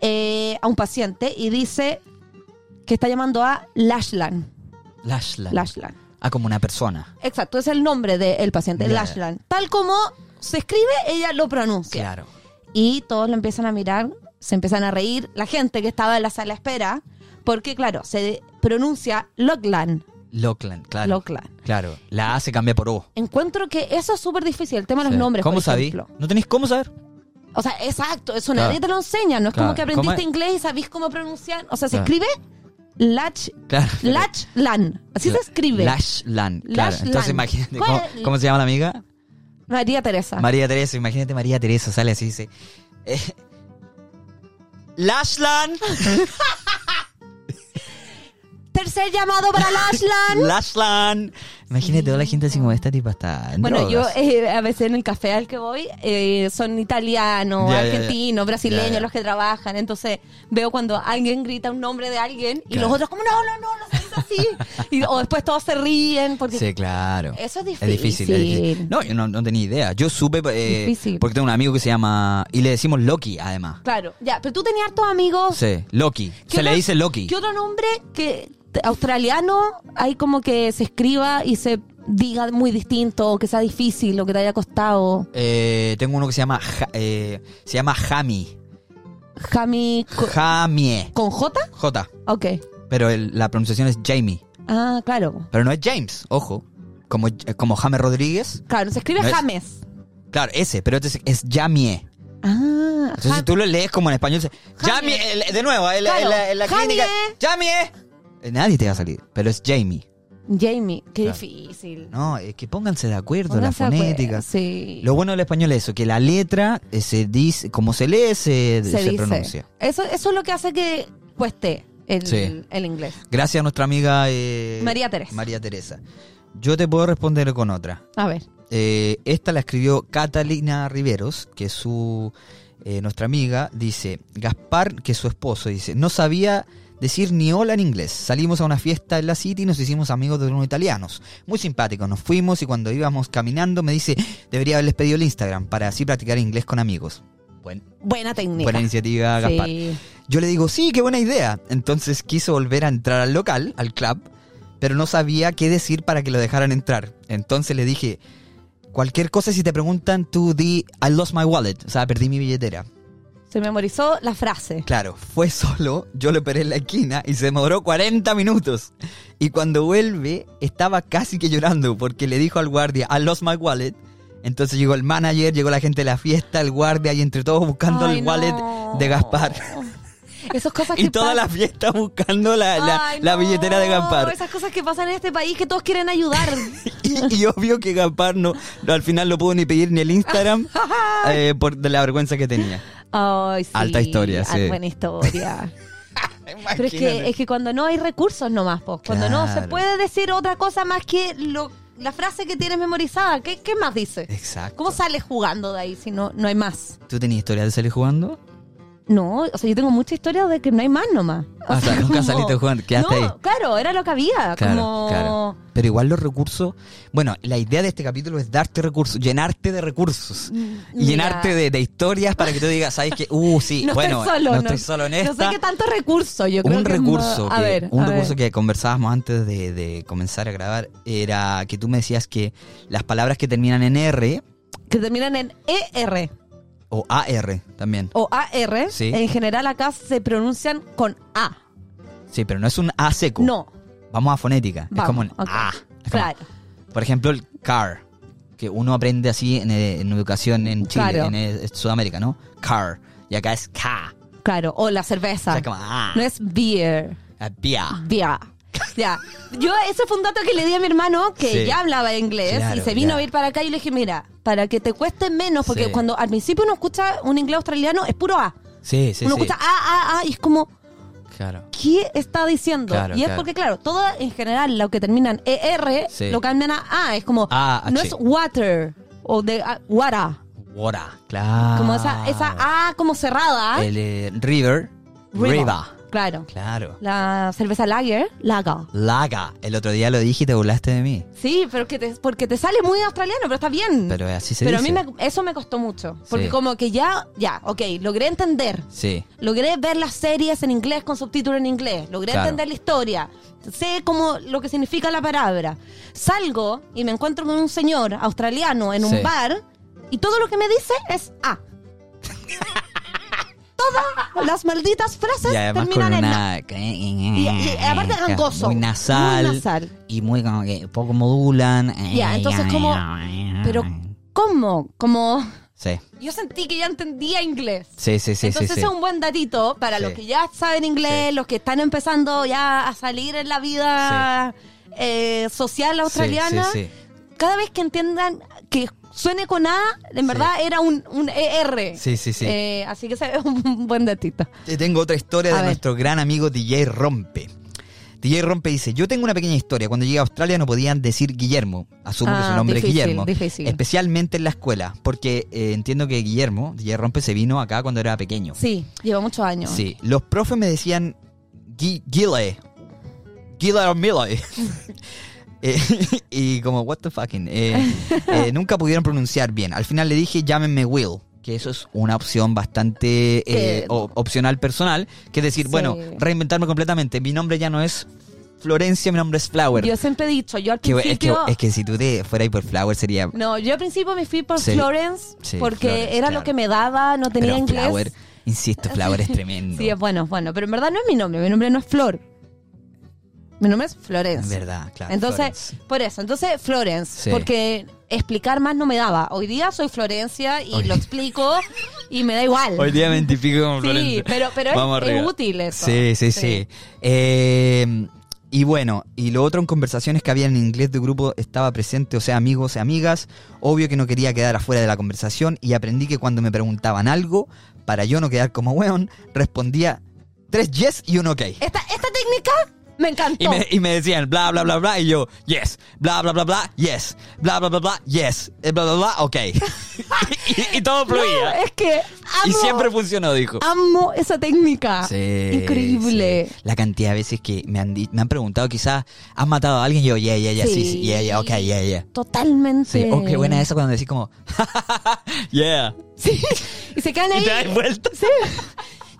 [SPEAKER 2] eh, a un paciente, y dice que está llamando a Lashlan.
[SPEAKER 1] Lashla.
[SPEAKER 2] Lashlan.
[SPEAKER 1] Ah, como una persona.
[SPEAKER 2] Exacto, es el nombre del paciente,
[SPEAKER 1] Ya.
[SPEAKER 2] Lashlan. Tal como se escribe, ella lo pronuncia.
[SPEAKER 1] Claro.
[SPEAKER 2] Y todos lo empiezan a mirar, se empiezan a reír. La gente que estaba en la sala de espera, porque claro, se pronuncia Loglan.
[SPEAKER 1] Lachlan, claro.
[SPEAKER 2] Lachlan.
[SPEAKER 1] Claro. La A se cambia por O.
[SPEAKER 2] Encuentro que eso es súper difícil, el tema de los
[SPEAKER 1] Sí.
[SPEAKER 2] nombres.
[SPEAKER 1] ¿Cómo
[SPEAKER 2] por
[SPEAKER 1] sabí?
[SPEAKER 2] ejemplo.
[SPEAKER 1] ¿No tenéis cómo saber?
[SPEAKER 2] O sea, exacto, eso
[SPEAKER 1] Claro.
[SPEAKER 2] nadie te lo enseña. No es
[SPEAKER 1] Claro.
[SPEAKER 2] como que
[SPEAKER 1] ¿Cómo
[SPEAKER 2] aprendiste
[SPEAKER 1] es?
[SPEAKER 2] inglés y sabís cómo pronunciar. O sea, se
[SPEAKER 1] Claro.
[SPEAKER 2] escribe Lach,
[SPEAKER 1] Claro.
[SPEAKER 2] Lachlan. Así se escribe.
[SPEAKER 1] Lashlan. Claro.
[SPEAKER 2] Lashlan.
[SPEAKER 1] Entonces imagínate,
[SPEAKER 2] ¿Cuál- Ah.
[SPEAKER 1] ¿cómo, cómo se llama la amiga?
[SPEAKER 2] María Teresa.
[SPEAKER 1] María Teresa. Imagínate María Teresa sale así y dice... eh, Lashlan.
[SPEAKER 2] Tercer llamado para Lachlan.
[SPEAKER 1] Lashlan. Imagínate toda la gente así como esta tipa está en
[SPEAKER 2] Bueno, yo
[SPEAKER 1] drogas".
[SPEAKER 2] eh, a veces en el café al que voy eh, son italianos,
[SPEAKER 1] Ya, ya, ya.
[SPEAKER 2] argentinos, brasileños
[SPEAKER 1] Ya, ya.
[SPEAKER 2] los que trabajan. Entonces veo cuando alguien grita un nombre de alguien y
[SPEAKER 1] Claro.
[SPEAKER 2] los otros como, no, no, no, no se dice así. Y- o después todos se ríen porque...
[SPEAKER 1] Sí, claro.
[SPEAKER 2] Eso
[SPEAKER 1] Es
[SPEAKER 2] es
[SPEAKER 1] difícil, es
[SPEAKER 2] difícil.
[SPEAKER 1] difícil. No, yo no, no tenía idea. Yo supe eh,
[SPEAKER 2] Difícil.
[SPEAKER 1] porque tengo un amigo que se llama... Y le decimos Loki, además.
[SPEAKER 2] Claro, ya, pero tú tenías hartos amigos...
[SPEAKER 1] Sí, Loki.
[SPEAKER 2] Oh. ¿Qué
[SPEAKER 1] Se le
[SPEAKER 2] otro-
[SPEAKER 1] dice Loki.
[SPEAKER 2] ¿Qué otro nombre que t- australiano hay como que se escriba y se diga muy distinto o que sea difícil o que te haya costado?
[SPEAKER 1] Eh, tengo uno que se llama Ja- eh, se llama Jami.
[SPEAKER 2] Jami... co-
[SPEAKER 1] Jamie.
[SPEAKER 2] ¿Con J?
[SPEAKER 1] J.
[SPEAKER 2] Ok.
[SPEAKER 1] Pero el- la pronunciación es Jamie.
[SPEAKER 2] Ah, claro.
[SPEAKER 1] Pero no es James, ojo. Como, eh, como James Rodríguez.
[SPEAKER 2] Claro, se escribe
[SPEAKER 1] ¿No es?
[SPEAKER 2] James.
[SPEAKER 1] Claro, ese, pero este es, es Jamie.
[SPEAKER 2] Ah,
[SPEAKER 1] Entonces
[SPEAKER 2] Jam-
[SPEAKER 1] si tú lo lees como en español. se-
[SPEAKER 2] Jamie.
[SPEAKER 1] Jamie, el- de nuevo, en la- en la, en la
[SPEAKER 2] Claro,
[SPEAKER 1] clínica.
[SPEAKER 2] Jamie.
[SPEAKER 1] Jamie. Eh, Nadie te va a salir, pero es Jamie.
[SPEAKER 2] Jamie, qué
[SPEAKER 1] Claro.
[SPEAKER 2] difícil.
[SPEAKER 1] No, es que pónganse de acuerdo,
[SPEAKER 2] Pónganse
[SPEAKER 1] la
[SPEAKER 2] de acuerdo,
[SPEAKER 1] fonética.
[SPEAKER 2] Sí.
[SPEAKER 1] Lo bueno del español es eso, que la letra eh, se dice, como se lee, se, se
[SPEAKER 2] dice.
[SPEAKER 1] pronuncia.
[SPEAKER 2] Eso, eso es lo que hace que cueste el,
[SPEAKER 1] Sí.
[SPEAKER 2] el inglés.
[SPEAKER 1] Gracias a nuestra amiga eh,
[SPEAKER 2] María Teresa.
[SPEAKER 1] María Teresa. Yo te puedo responder con otra.
[SPEAKER 2] A ver.
[SPEAKER 1] Eh, esta la escribió Catalina Riveros, que es su eh, nuestra amiga. Dice Gaspar, que es su esposo, dice no sabía decir ni hola en inglés. Salimos a una fiesta en la City y nos hicimos amigos de unos italianos. Muy simpáticos. Nos fuimos y cuando íbamos caminando me dice debería haberles pedido el Instagram para así practicar inglés con amigos. Buen-
[SPEAKER 2] Buena técnica.
[SPEAKER 1] buena iniciativa, Gaspar.
[SPEAKER 2] Sí.
[SPEAKER 1] Yo le digo, sí, qué buena idea. Entonces quiso volver a entrar al local, al club, pero no sabía qué decir para que lo dejaran entrar. Entonces le dije, cualquier cosa si te preguntan, tú di, I lost my wallet, o sea, perdí mi billetera.
[SPEAKER 2] Se memorizó la frase.
[SPEAKER 1] Claro, fue solo, yo lo operé en la esquina y se demoró 40 minutos. Y cuando vuelve, estaba casi que llorando porque le dijo al guardia, I lost my wallet. Entonces llegó el manager, llegó la gente de la fiesta, el guardia y entre todos buscando
[SPEAKER 2] Ay,
[SPEAKER 1] el wallet
[SPEAKER 2] no.
[SPEAKER 1] de Gaspar.
[SPEAKER 2] Esas cosas
[SPEAKER 1] Y
[SPEAKER 2] que
[SPEAKER 1] toda la
[SPEAKER 2] pasan.
[SPEAKER 1] fiesta buscando la, la-
[SPEAKER 2] Ay,
[SPEAKER 1] la
[SPEAKER 2] no.
[SPEAKER 1] billetera de Gaspar.
[SPEAKER 2] Esas cosas que pasan en este país que todos quieren ayudar.
[SPEAKER 1] Y, y obvio que Gaspar no, no, al final no pudo ni pedir ni el Instagram eh, por de la vergüenza que tenía.
[SPEAKER 2] Ay, sí.
[SPEAKER 1] Alta historia,
[SPEAKER 2] Ah,
[SPEAKER 1] sí.
[SPEAKER 2] Buena historia. Pero es que, es que cuando no hay recursos nomás, po. cuando no se
[SPEAKER 1] Claro.
[SPEAKER 2] puede decir otra cosa más que lo, la frase que tienes memorizada, ¿qué, qué más dices?
[SPEAKER 1] Exacto.
[SPEAKER 2] ¿Cómo sales jugando de ahí si no, no hay más?
[SPEAKER 1] ¿Tú tenías historia de salir jugando?
[SPEAKER 2] No, o sea, yo tengo mucha historia de que no hay más nomás.
[SPEAKER 1] Ah, o sea, nunca saliste, Juan, quedaste
[SPEAKER 2] no,
[SPEAKER 1] ahí.
[SPEAKER 2] claro, era lo que había.
[SPEAKER 1] Claro,
[SPEAKER 2] Ah, como...
[SPEAKER 1] claro. Pero igual los recursos. Bueno, la idea de este capítulo es darte recursos, llenarte de recursos.
[SPEAKER 2] Mm, mira.
[SPEAKER 1] Llenarte de, de historias para que tú digas, ¿sabes qué? Uh, sí,
[SPEAKER 2] No
[SPEAKER 1] bueno,
[SPEAKER 2] estoy solo,
[SPEAKER 1] no, estoy solo en
[SPEAKER 2] No
[SPEAKER 1] esta.
[SPEAKER 2] sé qué tanto recurso, yo creo
[SPEAKER 1] un
[SPEAKER 2] que es
[SPEAKER 1] recurso,
[SPEAKER 2] más- a
[SPEAKER 1] que,
[SPEAKER 2] ver,
[SPEAKER 1] un
[SPEAKER 2] a
[SPEAKER 1] recurso
[SPEAKER 2] ver.
[SPEAKER 1] que conversábamos antes de, de comenzar a grabar era que tú me decías que las palabras que terminan en R
[SPEAKER 2] que terminan en ER
[SPEAKER 1] o AR también.
[SPEAKER 2] o AR,
[SPEAKER 1] Sí.
[SPEAKER 2] en general acá se pronuncian con A.
[SPEAKER 1] Sí, pero no es un A seco.
[SPEAKER 2] No,
[SPEAKER 1] Vamos a fonética. es
[SPEAKER 2] Vamos,
[SPEAKER 1] como un
[SPEAKER 2] ok.
[SPEAKER 1] A. Es como-
[SPEAKER 2] claro.
[SPEAKER 1] Por ejemplo, el car, que uno aprende así en, eh, en educación en Chile,
[SPEAKER 2] Claro.
[SPEAKER 1] en, eh, Sudamérica, ¿no? Car. Y acá es ka.
[SPEAKER 2] Claro, o la
[SPEAKER 1] O
[SPEAKER 2] cerveza.
[SPEAKER 1] sea, como ah,
[SPEAKER 2] No es beer,
[SPEAKER 1] ah, pia.
[SPEAKER 2] beer. Ya. Yo, ese fue un dato que le di a mi hermano que
[SPEAKER 1] Sí.
[SPEAKER 2] ya hablaba inglés
[SPEAKER 1] Claro,
[SPEAKER 2] y se vino
[SPEAKER 1] ya.
[SPEAKER 2] a ir para acá y le dije, mira, para que te cueste menos, porque
[SPEAKER 1] Sí.
[SPEAKER 2] cuando al principio uno escucha un inglés australiano es puro A.
[SPEAKER 1] Sí, sí,
[SPEAKER 2] uno
[SPEAKER 1] sí.
[SPEAKER 2] escucha A, A, A y es como,
[SPEAKER 1] Claro.
[SPEAKER 2] ¿qué está diciendo?
[SPEAKER 1] Claro,
[SPEAKER 2] y es
[SPEAKER 1] claro.
[SPEAKER 2] porque, claro, todo en general, lo que terminan ER,
[SPEAKER 1] Sí.
[SPEAKER 2] lo cambian a A. Es como,
[SPEAKER 1] Ah,
[SPEAKER 2] no
[SPEAKER 1] H.
[SPEAKER 2] es water o de ah, wara.
[SPEAKER 1] Wora, claro.
[SPEAKER 2] Como esa, esa A como cerrada.
[SPEAKER 1] Ah. El eh, river, river.
[SPEAKER 2] Claro.
[SPEAKER 1] Claro.
[SPEAKER 2] La cerveza lager, laga.
[SPEAKER 1] Laga. El otro día lo dije y te burlaste de mí.
[SPEAKER 2] Sí, pero que te- porque te sale muy australiano, pero está bien.
[SPEAKER 1] Pero así se
[SPEAKER 2] Mm. Pero a mí
[SPEAKER 1] dice.
[SPEAKER 2] me- eso me costó mucho. Porque
[SPEAKER 1] Sí.
[SPEAKER 2] como que ya, ya, ok, logré entender.
[SPEAKER 1] Sí.
[SPEAKER 2] Logré ver las series en inglés con subtítulos en inglés. Logré
[SPEAKER 1] Claro.
[SPEAKER 2] entender la historia. Sé como lo que significa la palabra. Salgo y me encuentro con un señor australiano en
[SPEAKER 1] Sí.
[SPEAKER 2] un bar y todo lo que me dice es A. Todas las malditas frases
[SPEAKER 1] Y además con
[SPEAKER 2] terminan en A.
[SPEAKER 1] una... eh,
[SPEAKER 2] Y, y aparte es gangoso.
[SPEAKER 1] Muy nasal.
[SPEAKER 2] Muy nasal.
[SPEAKER 1] Y muy como que poco modulan. Eh,
[SPEAKER 2] Ya, entonces como- Pero, ¿cómo? Como...
[SPEAKER 1] Sí,
[SPEAKER 2] Yo sentí que ya entendía inglés.
[SPEAKER 1] sí, sí, sí.
[SPEAKER 2] Entonces
[SPEAKER 1] sí, sí.
[SPEAKER 2] es un buen datito para los
[SPEAKER 1] Sí.
[SPEAKER 2] que ya saben inglés,
[SPEAKER 1] Sí.
[SPEAKER 2] los que están empezando ya a salir en la vida eh, social australiana.
[SPEAKER 1] Sí, sí,
[SPEAKER 2] Cada vez que entiendan que suene con A, en
[SPEAKER 1] Sí.
[SPEAKER 2] verdad era un, un ER.
[SPEAKER 1] sí. sí, sí.
[SPEAKER 2] Eh, así que ese es un buen datito.
[SPEAKER 1] Te tengo otra historia
[SPEAKER 2] A
[SPEAKER 1] de
[SPEAKER 2] ver.
[SPEAKER 1] nuestro gran amigo DJ Rompe. DJ Rompe dice, yo tengo una pequeña historia. Cuando llegué a Australia no podían decir Guillermo. Asumo que
[SPEAKER 2] Ah,
[SPEAKER 1] su nombre
[SPEAKER 2] difícil,
[SPEAKER 1] es Guillermo.
[SPEAKER 2] difícil.
[SPEAKER 1] Especialmente en la escuela, porque eh, entiendo que Guillermo, DJ Rompe, se vino acá cuando era pequeño.
[SPEAKER 2] Sí, lleva muchos años.
[SPEAKER 1] Sí. Los profes me decían Gui- Guile. Guile o Mile. Eh, y como, what the fucking. eh, eh, nunca pudieron pronunciar bien. Al final le dije, llámenme Will. Que eso es una opción bastante eh,
[SPEAKER 2] Que-
[SPEAKER 1] o- opcional personal. Que es decir,
[SPEAKER 2] Sí.
[SPEAKER 1] bueno, reinventarme completamente. Mi nombre ya no es Florencia, mi nombre es Flower.
[SPEAKER 2] Yo siempre he dicho, yo al
[SPEAKER 1] Que- es, que,
[SPEAKER 2] principio...
[SPEAKER 1] es que si tú te fueras ahí por Flower sería.
[SPEAKER 2] No, yo al principio me fui por
[SPEAKER 1] Sí.
[SPEAKER 2] Florence
[SPEAKER 1] Sí,
[SPEAKER 2] porque
[SPEAKER 1] Florence,
[SPEAKER 2] era
[SPEAKER 1] claro.
[SPEAKER 2] lo que me daba, no tenía
[SPEAKER 1] pero
[SPEAKER 2] inglés.
[SPEAKER 1] Flower, insisto, Flower es tremendo.
[SPEAKER 2] Sí, es bueno, es bueno. Pero en verdad no es mi nombre, mi nombre no es Flor. Mi nombre es
[SPEAKER 1] es
[SPEAKER 2] Florence.
[SPEAKER 1] verdad, claro.
[SPEAKER 2] Entonces,
[SPEAKER 1] Florence.
[SPEAKER 2] por eso, entonces Florence,
[SPEAKER 1] Sí.
[SPEAKER 2] porque explicar más no me daba. Hoy día soy Florencia y
[SPEAKER 1] Hoy-
[SPEAKER 2] lo explico y me da igual.
[SPEAKER 1] Hoy día me identifico con
[SPEAKER 2] sí,
[SPEAKER 1] Florencia.
[SPEAKER 2] pero, pero es-
[SPEAKER 1] Vamos
[SPEAKER 2] es,
[SPEAKER 1] arriba.
[SPEAKER 2] útil eso.
[SPEAKER 1] Sí, sí, sí. Eh, y bueno, y lo otro en conversaciones que había en inglés de grupo estaba presente, o sea, amigos y amigas. Obvio que no quería quedar afuera de la conversación y aprendí que cuando me preguntaban algo, para yo no quedar como weón, respondía tres yes y un ok.
[SPEAKER 2] Esta, esta técnica me encantó.
[SPEAKER 1] Y me, y me decían bla, bla, bla, bla, y yo yes, bla, bla, bla, bla, yes, bla, bla, bla, bla, yes, eh, bla, bla, bla, ok. y, y todo
[SPEAKER 2] No,
[SPEAKER 1] fluía.
[SPEAKER 2] es que
[SPEAKER 1] y
[SPEAKER 2] amo,
[SPEAKER 1] siempre funcionó, dijo.
[SPEAKER 2] amo esa técnica.
[SPEAKER 1] Sí,
[SPEAKER 2] Ah, Increíble.
[SPEAKER 1] sí. La cantidad de veces que me han, di- me han preguntado, quizás, ¿has matado a alguien? Y yo, yeah, yeah, yeah, sí, sí,
[SPEAKER 2] Sí.
[SPEAKER 1] yeah, yeah, ok, yeah, yeah.
[SPEAKER 2] Totalmente.
[SPEAKER 1] Sí, oh, qué buena esa cuando decís como, yeah,
[SPEAKER 2] Sí. Y se quedan ahí.
[SPEAKER 1] y te das vuelta.
[SPEAKER 2] Sí.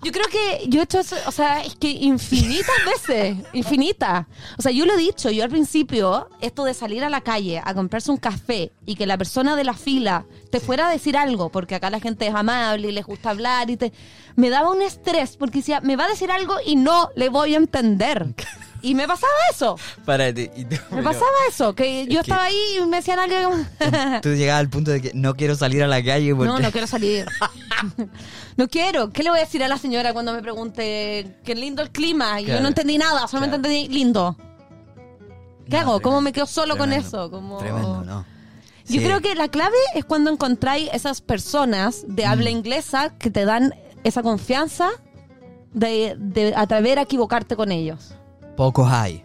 [SPEAKER 2] Yo creo que yo he hecho eso, o sea, es que infinitas veces, infinitas. O sea, yo lo he dicho, yo al principio, esto de salir a la calle a comprarse un café y que la persona de la fila te fuera a decir algo, porque acá la gente es amable y les gusta hablar y te... Me daba un estrés porque decía, me va a decir algo y no le voy a entender. Y me pasaba eso,
[SPEAKER 1] Párate. y te-
[SPEAKER 2] me pasaba eso, que yo
[SPEAKER 1] que-
[SPEAKER 2] estaba ahí y me decían algo... como-
[SPEAKER 1] Tú llegabas al punto de que no quiero salir a la calle porque...
[SPEAKER 2] no, no quiero salir. No quiero. ¿Qué le voy a decir a la señora cuando me pregunte qué lindo el clima? Y
[SPEAKER 1] Claro.
[SPEAKER 2] yo no entendí nada, solamente
[SPEAKER 1] Claro.
[SPEAKER 2] entendí lindo. ¿Qué
[SPEAKER 1] No,
[SPEAKER 2] hago? ¿Cómo
[SPEAKER 1] tremendo,
[SPEAKER 2] me quedo solo con
[SPEAKER 1] tremendo,
[SPEAKER 2] eso? Como-
[SPEAKER 1] Tremendo, ¿no?
[SPEAKER 2] Yo
[SPEAKER 1] Sí.
[SPEAKER 2] creo que la clave es cuando encontráis esas personas
[SPEAKER 1] Mm.
[SPEAKER 2] de habla inglesa que te dan esa confianza de, de atrever a equivocarte con ellos.
[SPEAKER 1] Pocos hay.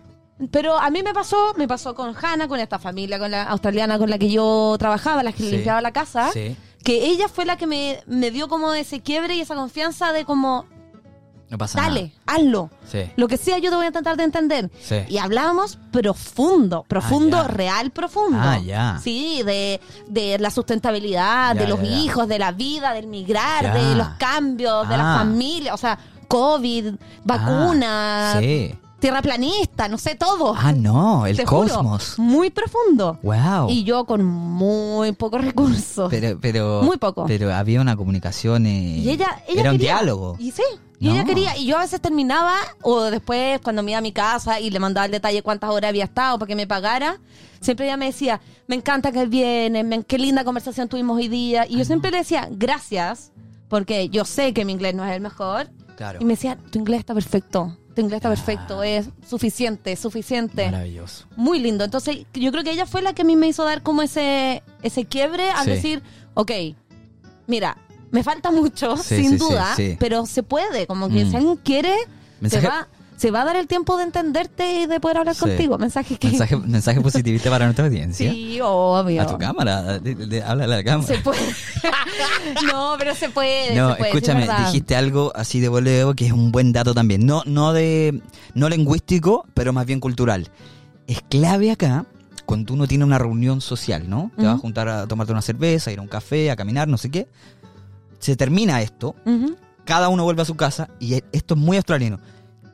[SPEAKER 2] Pero a mí me pasó, me pasó con Hannah, con esta familia, con la australiana con la que yo trabajaba, la que
[SPEAKER 1] Sí.
[SPEAKER 2] limpiaba la casa
[SPEAKER 1] Sí.
[SPEAKER 2] que que ella fue la que me, me dio como ese quiebre y esa confianza de como,
[SPEAKER 1] No pasa
[SPEAKER 2] dale, hazlo.
[SPEAKER 1] nada. Sí.
[SPEAKER 2] Lo que sea, yo te voy a intentar de entender.
[SPEAKER 1] Sí.
[SPEAKER 2] Y hablábamos profundo, profundo,
[SPEAKER 1] Ah, ya.
[SPEAKER 2] real profundo.
[SPEAKER 1] Ah, ya.
[SPEAKER 2] Sí, de, de la sustentabilidad,
[SPEAKER 1] Ya,
[SPEAKER 2] de los
[SPEAKER 1] ya, ya.
[SPEAKER 2] hijos, de la vida, del migrar,
[SPEAKER 1] Ya.
[SPEAKER 2] de los cambios, de la
[SPEAKER 1] Ah.
[SPEAKER 2] familia, o sea, COVID,
[SPEAKER 1] Ah,
[SPEAKER 2] vacunas,
[SPEAKER 1] sí.
[SPEAKER 2] tierra planista, no sé, todo.
[SPEAKER 1] Ah, no, el
[SPEAKER 2] Te juro,
[SPEAKER 1] cosmos.
[SPEAKER 2] muy profundo.
[SPEAKER 1] Wow.
[SPEAKER 2] Y yo con muy pocos recursos.
[SPEAKER 1] pero, pero,
[SPEAKER 2] Muy poco.
[SPEAKER 1] Pero había una comunicación. eh,
[SPEAKER 2] Y ella, ella
[SPEAKER 1] era un
[SPEAKER 2] quería-
[SPEAKER 1] diálogo.
[SPEAKER 2] Y sí, y ella
[SPEAKER 1] No.
[SPEAKER 2] quería. Y yo a veces terminaba, o después cuando me iba a mi casa y le mandaba el detalle cuántas horas había estado para que me pagara, siempre ella me decía, me encanta que vienes, me- qué linda conversación tuvimos hoy día. Y yo siempre le decía, gracias, porque yo sé que mi inglés no es el mejor.
[SPEAKER 1] Claro.
[SPEAKER 2] Y me decía, tu inglés está perfecto, tu inglés está perfecto, es suficiente, suficiente.
[SPEAKER 1] Maravilloso.
[SPEAKER 2] Muy lindo. Entonces, yo creo que ella fue la que a mí me hizo dar como ese, ese quiebre al
[SPEAKER 1] Sí.
[SPEAKER 2] decir, ok, mira, me falta mucho,
[SPEAKER 1] Sí, sí,
[SPEAKER 2] sin
[SPEAKER 1] sí,
[SPEAKER 2] duda,
[SPEAKER 1] sí.
[SPEAKER 2] pero se puede. Como que
[SPEAKER 1] Mm.
[SPEAKER 2] si alguien quiere, se
[SPEAKER 1] Mensaje-
[SPEAKER 2] va, se va a dar el tiempo de entenderte y de poder hablar
[SPEAKER 1] Sí.
[SPEAKER 2] contigo. Mensaje que...
[SPEAKER 1] Mensaje, mensaje positivista para nuestra audiencia.
[SPEAKER 2] Sí, obvio.
[SPEAKER 1] A tu cámara, de- de- háblale a la cámara.
[SPEAKER 2] Se puede. no, pero se puede.
[SPEAKER 1] No,
[SPEAKER 2] se puede, sí,
[SPEAKER 1] escúchame,
[SPEAKER 2] es verdad.
[SPEAKER 1] dijiste algo así de voleo que es un buen dato también. No, no de no lingüístico, pero más bien cultural. Es clave acá cuando uno tiene una reunión social, ¿no? Te vas a
[SPEAKER 2] Ujú.
[SPEAKER 1] juntar a tomarte una cerveza, a ir a un café, a caminar, no sé qué. Se termina esto,
[SPEAKER 2] Ujú.
[SPEAKER 1] cada uno vuelve a su casa y e- esto es muy australiano.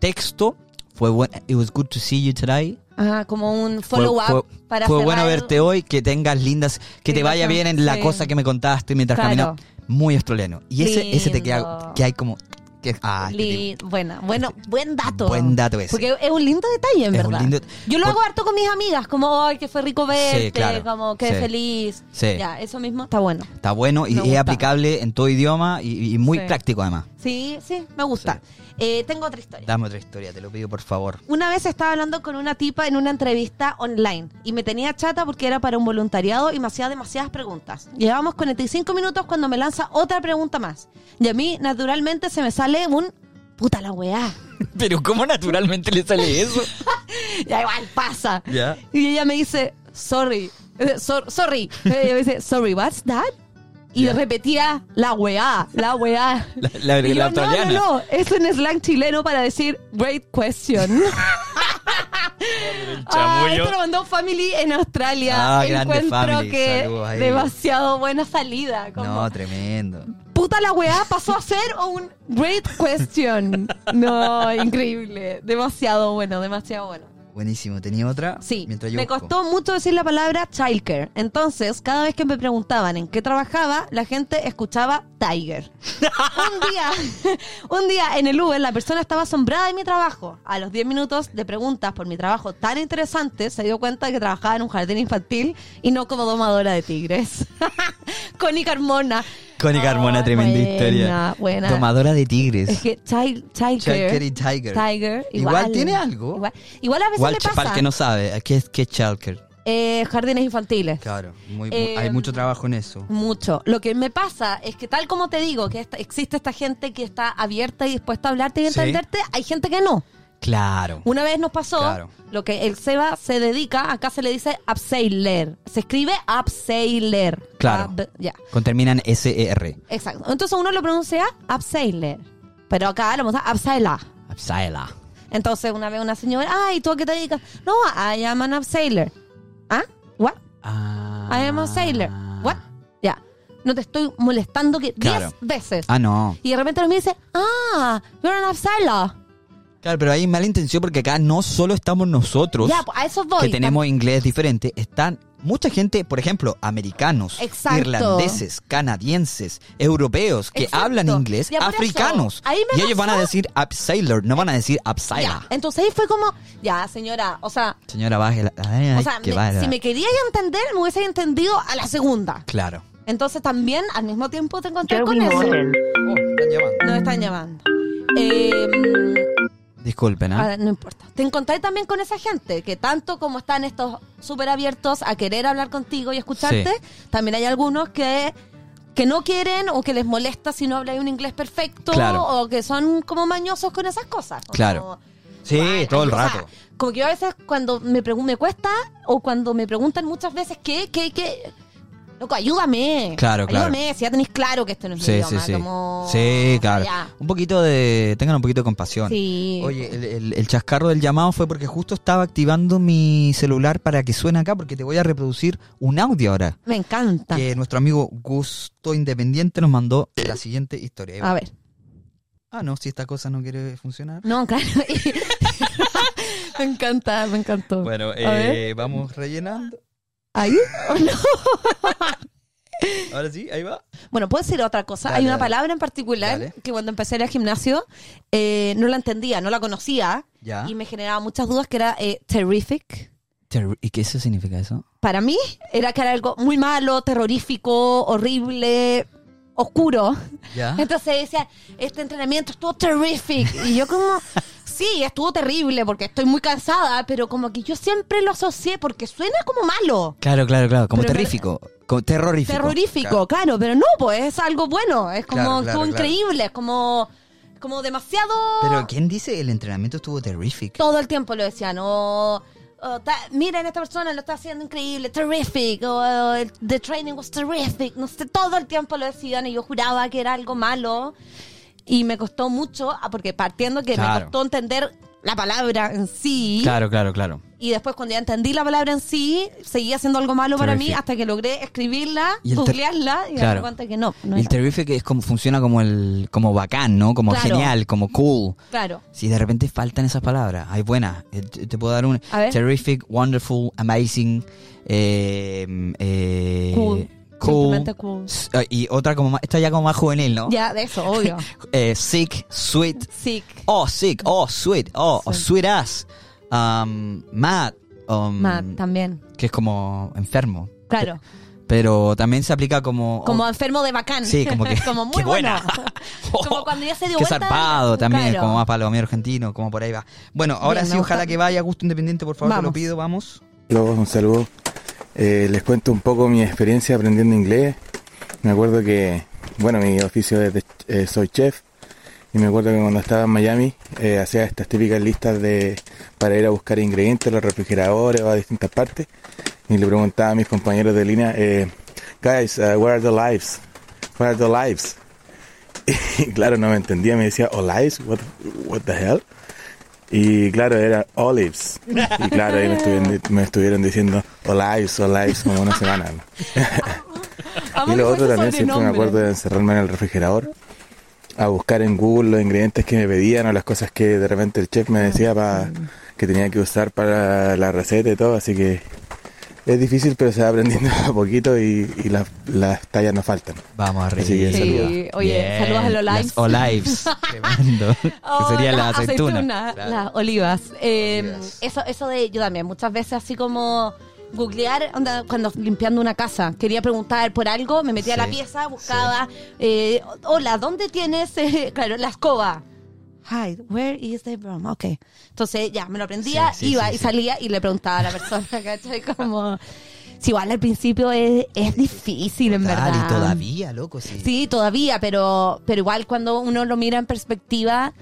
[SPEAKER 1] Texto fue bueno, it was good to see you today.
[SPEAKER 2] Ah, como un
[SPEAKER 1] Fue-
[SPEAKER 2] follow-up
[SPEAKER 1] fue-
[SPEAKER 2] para
[SPEAKER 1] Fue
[SPEAKER 2] cerrar
[SPEAKER 1] bueno verte hoy, que tengas lindas, que te
[SPEAKER 2] Tengas
[SPEAKER 1] vaya
[SPEAKER 2] un-
[SPEAKER 1] bien en la
[SPEAKER 2] sí.
[SPEAKER 1] cosa que me contaste mientras
[SPEAKER 2] Claro.
[SPEAKER 1] caminaba. Muy australiano. Y ese, ese te queda
[SPEAKER 2] Lindo.
[SPEAKER 1] que hay como. Que, ah, que te-
[SPEAKER 2] Li- buena, bueno, buen dato.
[SPEAKER 1] Buen dato ese.
[SPEAKER 2] Porque es un lindo detalle, en
[SPEAKER 1] Es un
[SPEAKER 2] verdad.
[SPEAKER 1] lindo-
[SPEAKER 2] Yo lo
[SPEAKER 1] por-
[SPEAKER 2] hago harto con mis amigas, como, ay, que fue rico verte,
[SPEAKER 1] claro,
[SPEAKER 2] como, que
[SPEAKER 1] sí.
[SPEAKER 2] feliz.
[SPEAKER 1] Sí.
[SPEAKER 2] Ya, eso mismo está bueno.
[SPEAKER 1] está bueno y
[SPEAKER 2] Me
[SPEAKER 1] es
[SPEAKER 2] gusta.
[SPEAKER 1] aplicable en todo idioma y, y muy
[SPEAKER 2] Sí.
[SPEAKER 1] práctico además.
[SPEAKER 2] Sí, sí, me gusta. Eh, tengo otra historia.
[SPEAKER 1] Dame otra historia, te lo pido por favor.
[SPEAKER 2] Una vez estaba hablando con una tipa en una entrevista online y me tenía chata porque era para un voluntariado y me hacía demasiadas preguntas. Llevábamos 45 minutos cuando me lanza otra pregunta más. Y a mí, naturalmente, se me sale un puta la weá.
[SPEAKER 1] Pero ¿cómo naturalmente le sale eso?
[SPEAKER 2] Ya igual pasa.
[SPEAKER 1] Ya.
[SPEAKER 2] Y ella me dice, sorry, eh, sor- sorry. Ella me dice, sorry, what's that? Y
[SPEAKER 1] Ya.
[SPEAKER 2] repetía, la weá, la weá.
[SPEAKER 1] La- la-
[SPEAKER 2] Y yo,
[SPEAKER 1] la
[SPEAKER 2] no,
[SPEAKER 1] australiana".
[SPEAKER 2] no, no, es un slang chileno para decir great question. Ah, esto lo mandó Family en Australia.
[SPEAKER 1] Ah, grande
[SPEAKER 2] Encuentro
[SPEAKER 1] Family, saludos
[SPEAKER 2] que
[SPEAKER 1] ahí.
[SPEAKER 2] demasiado buena salida. Como,
[SPEAKER 1] No, tremendo.
[SPEAKER 2] puta la weá pasó a ser un great question. No, increíble. Demasiado bueno, demasiado bueno.
[SPEAKER 1] Buenísimo. ¿Tenía otra?
[SPEAKER 2] Sí,
[SPEAKER 1] Mientras yo
[SPEAKER 2] me
[SPEAKER 1] busco.
[SPEAKER 2] costó mucho decir la palabra childcare. Entonces, cada vez que me preguntaban en qué trabajaba, la gente escuchaba Tiger. un día, un día en el Uber, la persona estaba asombrada de mi trabajo. A los 10 minutos de preguntas por mi trabajo tan interesante, se dio cuenta de que trabajaba en un jardín infantil y no como domadora de tigres. Con Icarmona.
[SPEAKER 1] Connie Carmona,
[SPEAKER 2] Ay,
[SPEAKER 1] tremenda
[SPEAKER 2] Ah, buena,
[SPEAKER 1] historia.
[SPEAKER 2] Buena.
[SPEAKER 1] Tomadora de tigres.
[SPEAKER 2] Es que child, childcare,
[SPEAKER 1] Childcare y Tiger.
[SPEAKER 2] Tiger,
[SPEAKER 1] Igual
[SPEAKER 2] igual.
[SPEAKER 1] tiene algo.
[SPEAKER 2] Igual, igual a veces
[SPEAKER 1] Igual,
[SPEAKER 2] le
[SPEAKER 1] cha-
[SPEAKER 2] pasa.
[SPEAKER 1] para el que no sabe, ¿qué es, qué es childcare?
[SPEAKER 2] Eh, jardines infantiles.
[SPEAKER 1] Claro,
[SPEAKER 2] Eh,
[SPEAKER 1] hay mucho trabajo en eso.
[SPEAKER 2] Mucho. Lo que me pasa es que tal como te digo, que esta- existe esta gente que está abierta y dispuesta a hablarte y
[SPEAKER 1] Sí.
[SPEAKER 2] entenderte, hay gente que no.
[SPEAKER 1] Claro.
[SPEAKER 2] Una vez nos pasó
[SPEAKER 1] Claro.
[SPEAKER 2] lo que el Seba se dedica, acá se le dice abseiler. Se escribe abseiler.
[SPEAKER 1] Claro.
[SPEAKER 2] Ab- ya,
[SPEAKER 1] Con terminan SER.
[SPEAKER 2] exacto. Entonces uno lo pronuncia abseiler, pero acá lo vamos a abseiler.
[SPEAKER 1] Absaela.
[SPEAKER 2] Entonces una vez una señora, ay, ¿tú a qué te dedicas? No, I am an abseiler. ¿Ah? ¿What?
[SPEAKER 1] Ah.
[SPEAKER 2] I am a sailor. What? Ya. No te estoy molestando que 10
[SPEAKER 1] Claro.
[SPEAKER 2] veces.
[SPEAKER 1] Ah, no.
[SPEAKER 2] Y de repente los me dice, ah, you're an abseiler.
[SPEAKER 1] Claro, pero hay mala intención porque acá no solo estamos nosotros,
[SPEAKER 2] Ya, pues, a eso voy.
[SPEAKER 1] que tenemos inglés diferente, están mucha gente, por ejemplo, americanos,
[SPEAKER 2] Exacto.
[SPEAKER 1] irlandeses, canadienses, europeos, que
[SPEAKER 2] Exacto.
[SPEAKER 1] hablan inglés,
[SPEAKER 2] Ya, por eso.
[SPEAKER 1] africanos.
[SPEAKER 2] Ahí
[SPEAKER 1] Y
[SPEAKER 2] me
[SPEAKER 1] ellos van a
[SPEAKER 2] pasó.
[SPEAKER 1] decir abseiler, no van a decir absaila.
[SPEAKER 2] Ya. Entonces ahí fue como, ya, señora, o sea,
[SPEAKER 1] Señora, baje la... ay, ay,
[SPEAKER 2] o sea
[SPEAKER 1] que
[SPEAKER 2] me-
[SPEAKER 1] baje la-
[SPEAKER 2] si me querías entender, me hubiese entendido a la segunda.
[SPEAKER 1] Claro.
[SPEAKER 2] Entonces también al mismo tiempo te encontré
[SPEAKER 4] Joey
[SPEAKER 2] con eso.
[SPEAKER 4] Moten.
[SPEAKER 2] Nos Oh, están llamando. Eh,
[SPEAKER 1] Disculpen, ¿ah?
[SPEAKER 2] Ah, no importa. Te encontré también con esa gente que tanto como están estos súper abiertos a querer hablar contigo y escucharte, también hay algunos que, que no quieren o que les molesta si no hablas un inglés perfecto
[SPEAKER 1] Claro.
[SPEAKER 2] o que son como mañosos con esas cosas. Como-
[SPEAKER 1] Claro. Sí,
[SPEAKER 2] Ay,
[SPEAKER 1] todo el
[SPEAKER 2] o sea,
[SPEAKER 1] rato.
[SPEAKER 2] como que yo a veces cuando me, pregun- me cuesta o cuando me preguntan muchas veces qué, qué, qué... Loco, ayúdame.
[SPEAKER 1] Claro, claro.
[SPEAKER 2] Ayúdame, si ya tenéis claro que esto no es mi
[SPEAKER 1] Sí, sí,
[SPEAKER 2] idioma.
[SPEAKER 1] sí.
[SPEAKER 2] como-
[SPEAKER 1] Sí, claro.
[SPEAKER 2] Ya.
[SPEAKER 1] Un poquito de. Tengan un poquito de compasión.
[SPEAKER 2] Sí.
[SPEAKER 1] Oye, el, el- el chascarro del llamado fue porque justo estaba activando mi celular para que suene acá, porque te voy a reproducir un audio ahora.
[SPEAKER 2] Me encanta.
[SPEAKER 1] Que nuestro amigo Gusto Independiente nos mandó la siguiente historia. Ahí va.
[SPEAKER 2] A ver.
[SPEAKER 1] Ah, no, si esta cosa no quiere funcionar.
[SPEAKER 2] No, claro. me encanta, me encantó.
[SPEAKER 1] Bueno,
[SPEAKER 2] A ver.
[SPEAKER 1] eh, vamos rellenando.
[SPEAKER 2] ¿Ahí? ¿O no?
[SPEAKER 1] Ahora sí, ahí va.
[SPEAKER 2] Bueno, puede ser otra cosa.
[SPEAKER 1] Dale,
[SPEAKER 2] Hay una
[SPEAKER 1] dale.
[SPEAKER 2] palabra en particular
[SPEAKER 1] Dale.
[SPEAKER 2] que cuando empecé a ir al gimnasio eh, no la entendía, no la conocía
[SPEAKER 1] Ya.
[SPEAKER 2] y me generaba muchas dudas que era eh, terrific.
[SPEAKER 1] Terri- ¿Y qué eso significa eso?
[SPEAKER 2] Para mí era que era algo muy malo, terrorífico, horrible, oscuro.
[SPEAKER 1] Ya.
[SPEAKER 2] Entonces decía, este entrenamiento estuvo terrific. Y yo como, sí, estuvo terrible porque estoy muy cansada, pero como que yo siempre lo asocié porque suena como malo.
[SPEAKER 1] Claro, claro, claro. Como
[SPEAKER 2] Pero-
[SPEAKER 1] terrífico. Como terrorífico.
[SPEAKER 2] terrorífico, claro. pero no, pues es algo bueno, es como,
[SPEAKER 1] Claro, claro, claro.
[SPEAKER 2] como increíble, es como, como demasiado...
[SPEAKER 1] Pero ¿quién dice el entrenamiento estuvo terrífico?
[SPEAKER 2] Todo el tiempo lo decían, o... o ta- Miren, esta persona lo está haciendo increíble, terrific, o, o, el- the training was terrific, no sé, todo el tiempo lo decían y yo juraba que era algo malo y me costó mucho, ah, porque partiendo que me
[SPEAKER 1] Claro.
[SPEAKER 2] costó entender la palabra en sí,
[SPEAKER 1] Claro, claro, claro.
[SPEAKER 2] y después cuando ya entendí la palabra en sí, seguía siendo algo malo para mí
[SPEAKER 1] Terrific.
[SPEAKER 2] hasta que logré escribirla,
[SPEAKER 1] Y el ter-
[SPEAKER 2] googlearla y
[SPEAKER 1] Claro.
[SPEAKER 2] darme cuenta que no. no
[SPEAKER 1] el
[SPEAKER 2] era.
[SPEAKER 1] terrific es como funciona como el como bacán, ¿no? Como
[SPEAKER 2] Claro.
[SPEAKER 1] genial, como cool.
[SPEAKER 2] Claro.
[SPEAKER 1] Si de repente faltan esas palabras, hay buenas. Eh, Te te puedo dar un
[SPEAKER 2] A ver.
[SPEAKER 1] terrific, wonderful, amazing, eh, eh,
[SPEAKER 2] Cool.
[SPEAKER 1] cool.
[SPEAKER 2] Simplemente cool.
[SPEAKER 1] S- eh, Y otra como más, esta ya como más juvenil, ¿no?
[SPEAKER 2] Ya, de eso, obvio.
[SPEAKER 1] Eh, sick, sweet,
[SPEAKER 2] Sick.
[SPEAKER 1] oh sick, oh sweet, oh, oh,
[SPEAKER 2] Sí.
[SPEAKER 1] sweet ass, um, mad, um,
[SPEAKER 2] Matt, también.
[SPEAKER 1] que es como enfermo.
[SPEAKER 2] Claro.
[SPEAKER 1] Pero también se aplica como.
[SPEAKER 2] Como enfermo de bacán.
[SPEAKER 1] Oh. Sí, como que.
[SPEAKER 2] como muy
[SPEAKER 1] qué
[SPEAKER 2] bueno.
[SPEAKER 1] buena. Oh,
[SPEAKER 2] como cuando ya se dio
[SPEAKER 1] Qué
[SPEAKER 2] vuelta.
[SPEAKER 1] zarpado también,
[SPEAKER 2] Claro.
[SPEAKER 1] como ah, más palomero argentino, como por ahí va. Bueno, ahora
[SPEAKER 2] Bien,
[SPEAKER 1] sí,
[SPEAKER 2] me
[SPEAKER 1] ojalá
[SPEAKER 2] gusta.
[SPEAKER 1] que vaya Gusto Independiente, por favor, te lo
[SPEAKER 2] Vamos.
[SPEAKER 1] pido, vamos.
[SPEAKER 4] Luego un saludo. Eh, les cuento un poco mi experiencia aprendiendo inglés. Me acuerdo que, bueno, mi oficio es de- eh, soy chef y me acuerdo que cuando estaba en Miami eh, hacía estas típicas listas de para ir a buscar ingredientes, los refrigeradores o a distintas partes y le preguntaba a mis compañeros de línea, eh, guys, uh, where are the lives? Where are the lives? Y claro, no me entendía, me decía, olives, what, what the hell? Y claro, era olives. Y claro, ahí me estuvieron, me estuvieron diciendo olives, olives como una semana.
[SPEAKER 2] Amo
[SPEAKER 4] Y
[SPEAKER 2] que
[SPEAKER 4] lo
[SPEAKER 2] fue
[SPEAKER 4] otro
[SPEAKER 2] su
[SPEAKER 4] también siempre me
[SPEAKER 2] sobrenombre.
[SPEAKER 4] acuerdo de encerrarme en el refrigerador a buscar en Google los ingredientes que me pedían o las cosas que de repente el chef me decía pa- que tenía que usar para la receta y todo, así que es difícil pero se va aprendiendo a poquito y, y las, las tallas no faltan.
[SPEAKER 1] Vamos arriba.
[SPEAKER 4] Así que saludos.
[SPEAKER 2] Sí, oye, saludos a los lives.
[SPEAKER 1] O lives. Tremendo.
[SPEAKER 2] Oh,
[SPEAKER 1] que sería la
[SPEAKER 2] las
[SPEAKER 1] aceituna.
[SPEAKER 2] aceitunas,
[SPEAKER 1] Claro.
[SPEAKER 2] Las olivas. Eh,
[SPEAKER 1] Olivas.
[SPEAKER 2] Eso, eso de yo también. Muchas veces así como googlear, onda, cuando limpiando una casa, quería preguntar por algo, me metía a la
[SPEAKER 1] Sí,
[SPEAKER 2] pieza, buscaba, eh, hola, ¿dónde tienes, eh, claro, la escoba? Hi, where is the broom? Ok. Entonces ya, me lo aprendía,
[SPEAKER 1] Sí, sí,
[SPEAKER 2] iba
[SPEAKER 1] sí,
[SPEAKER 2] y
[SPEAKER 1] sí.
[SPEAKER 2] salía y le preguntaba a la persona, ¿cachai? Como... Si igual al principio es, es difícil, en
[SPEAKER 1] Total,
[SPEAKER 2] verdad.
[SPEAKER 1] y todavía, loco, sí.
[SPEAKER 2] Sí, todavía, pero, pero igual cuando uno lo mira en perspectiva,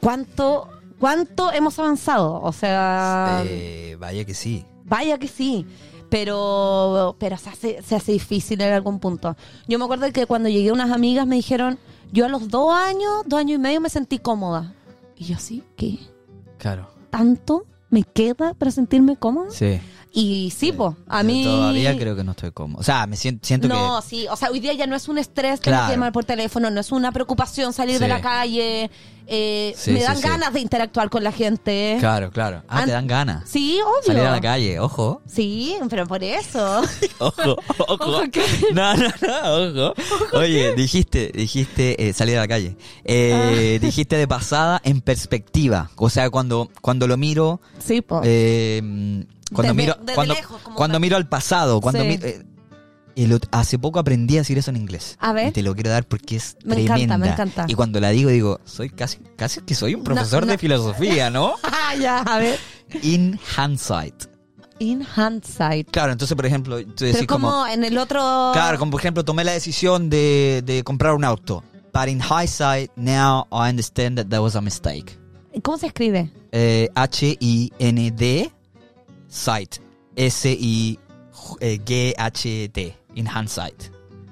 [SPEAKER 2] ¿cuánto, cuánto hemos avanzado? O sea,
[SPEAKER 1] Eh, vaya que sí.
[SPEAKER 2] vaya que sí, pero, pero se, hace, se hace difícil en algún punto. Yo me acuerdo que cuando llegué unas amigas me dijeron, yo a los dos años, dos años y medio me sentí cómoda. Y yo sí, ¿qué?
[SPEAKER 1] Claro.
[SPEAKER 2] ¿Tanto me queda para sentirme cómoda?
[SPEAKER 1] Sí.
[SPEAKER 2] Y sí, po, a
[SPEAKER 1] Yo
[SPEAKER 2] mí...
[SPEAKER 1] Todavía creo que no estoy cómodo. O sea, me siento, siento que.
[SPEAKER 2] No, sí, o sea, hoy día ya no es un estrés tener
[SPEAKER 1] Claro.
[SPEAKER 2] que llamar por teléfono, no es una preocupación salir
[SPEAKER 1] Sí.
[SPEAKER 2] de la calle, eh,
[SPEAKER 1] Sí,
[SPEAKER 2] me
[SPEAKER 1] sí,
[SPEAKER 2] dan
[SPEAKER 1] sí.
[SPEAKER 2] ganas de interactuar con la gente.
[SPEAKER 1] Claro, claro. Ah,
[SPEAKER 2] ¿eh? An-
[SPEAKER 1] te dan ganas.
[SPEAKER 2] Sí, obvio.
[SPEAKER 1] Salir a la calle, ojo.
[SPEAKER 2] Sí, pero por eso.
[SPEAKER 1] Ojo, ojo.
[SPEAKER 2] ¿Ojo qué?
[SPEAKER 1] No, no, no, ojo. Oye, dijiste, dijiste eh, salir a la calle.
[SPEAKER 2] Ah.
[SPEAKER 1] Eh, Dijiste de pasada en perspectiva. O sea, cuando, cuando lo miro,
[SPEAKER 2] sí, po.
[SPEAKER 1] eh, cuando
[SPEAKER 2] Ah. Desde-
[SPEAKER 1] miro,
[SPEAKER 2] desde
[SPEAKER 1] cuando,
[SPEAKER 2] lejos, como
[SPEAKER 1] cuando
[SPEAKER 2] una-
[SPEAKER 1] miro al pasado, cuando
[SPEAKER 2] Sí.
[SPEAKER 1] mi- eh, el ot- hace poco aprendí a decir eso en inglés.
[SPEAKER 2] A ver.
[SPEAKER 1] Y te lo quiero dar porque es
[SPEAKER 2] Me encanta,
[SPEAKER 1] tremenda.
[SPEAKER 2] me encanta.
[SPEAKER 1] Y cuando la digo, digo, soy casi, casi que soy un profesor
[SPEAKER 2] no.
[SPEAKER 1] de filosofía, ¿no?
[SPEAKER 2] Ah, ya, a ver.
[SPEAKER 1] In hindsight.
[SPEAKER 2] In hindsight.
[SPEAKER 1] Claro, entonces, por ejemplo, tú
[SPEAKER 2] Pero
[SPEAKER 1] decís
[SPEAKER 2] es como,
[SPEAKER 1] como
[SPEAKER 2] en el otro.
[SPEAKER 1] Claro, como por ejemplo, tomé la decisión de, de comprar un auto. But in hindsight, now I understand that that was a mistake.
[SPEAKER 2] ¿Cómo se escribe?
[SPEAKER 1] Eh, H-I-N-D, sight. S-I-G-H-T. in hindsight.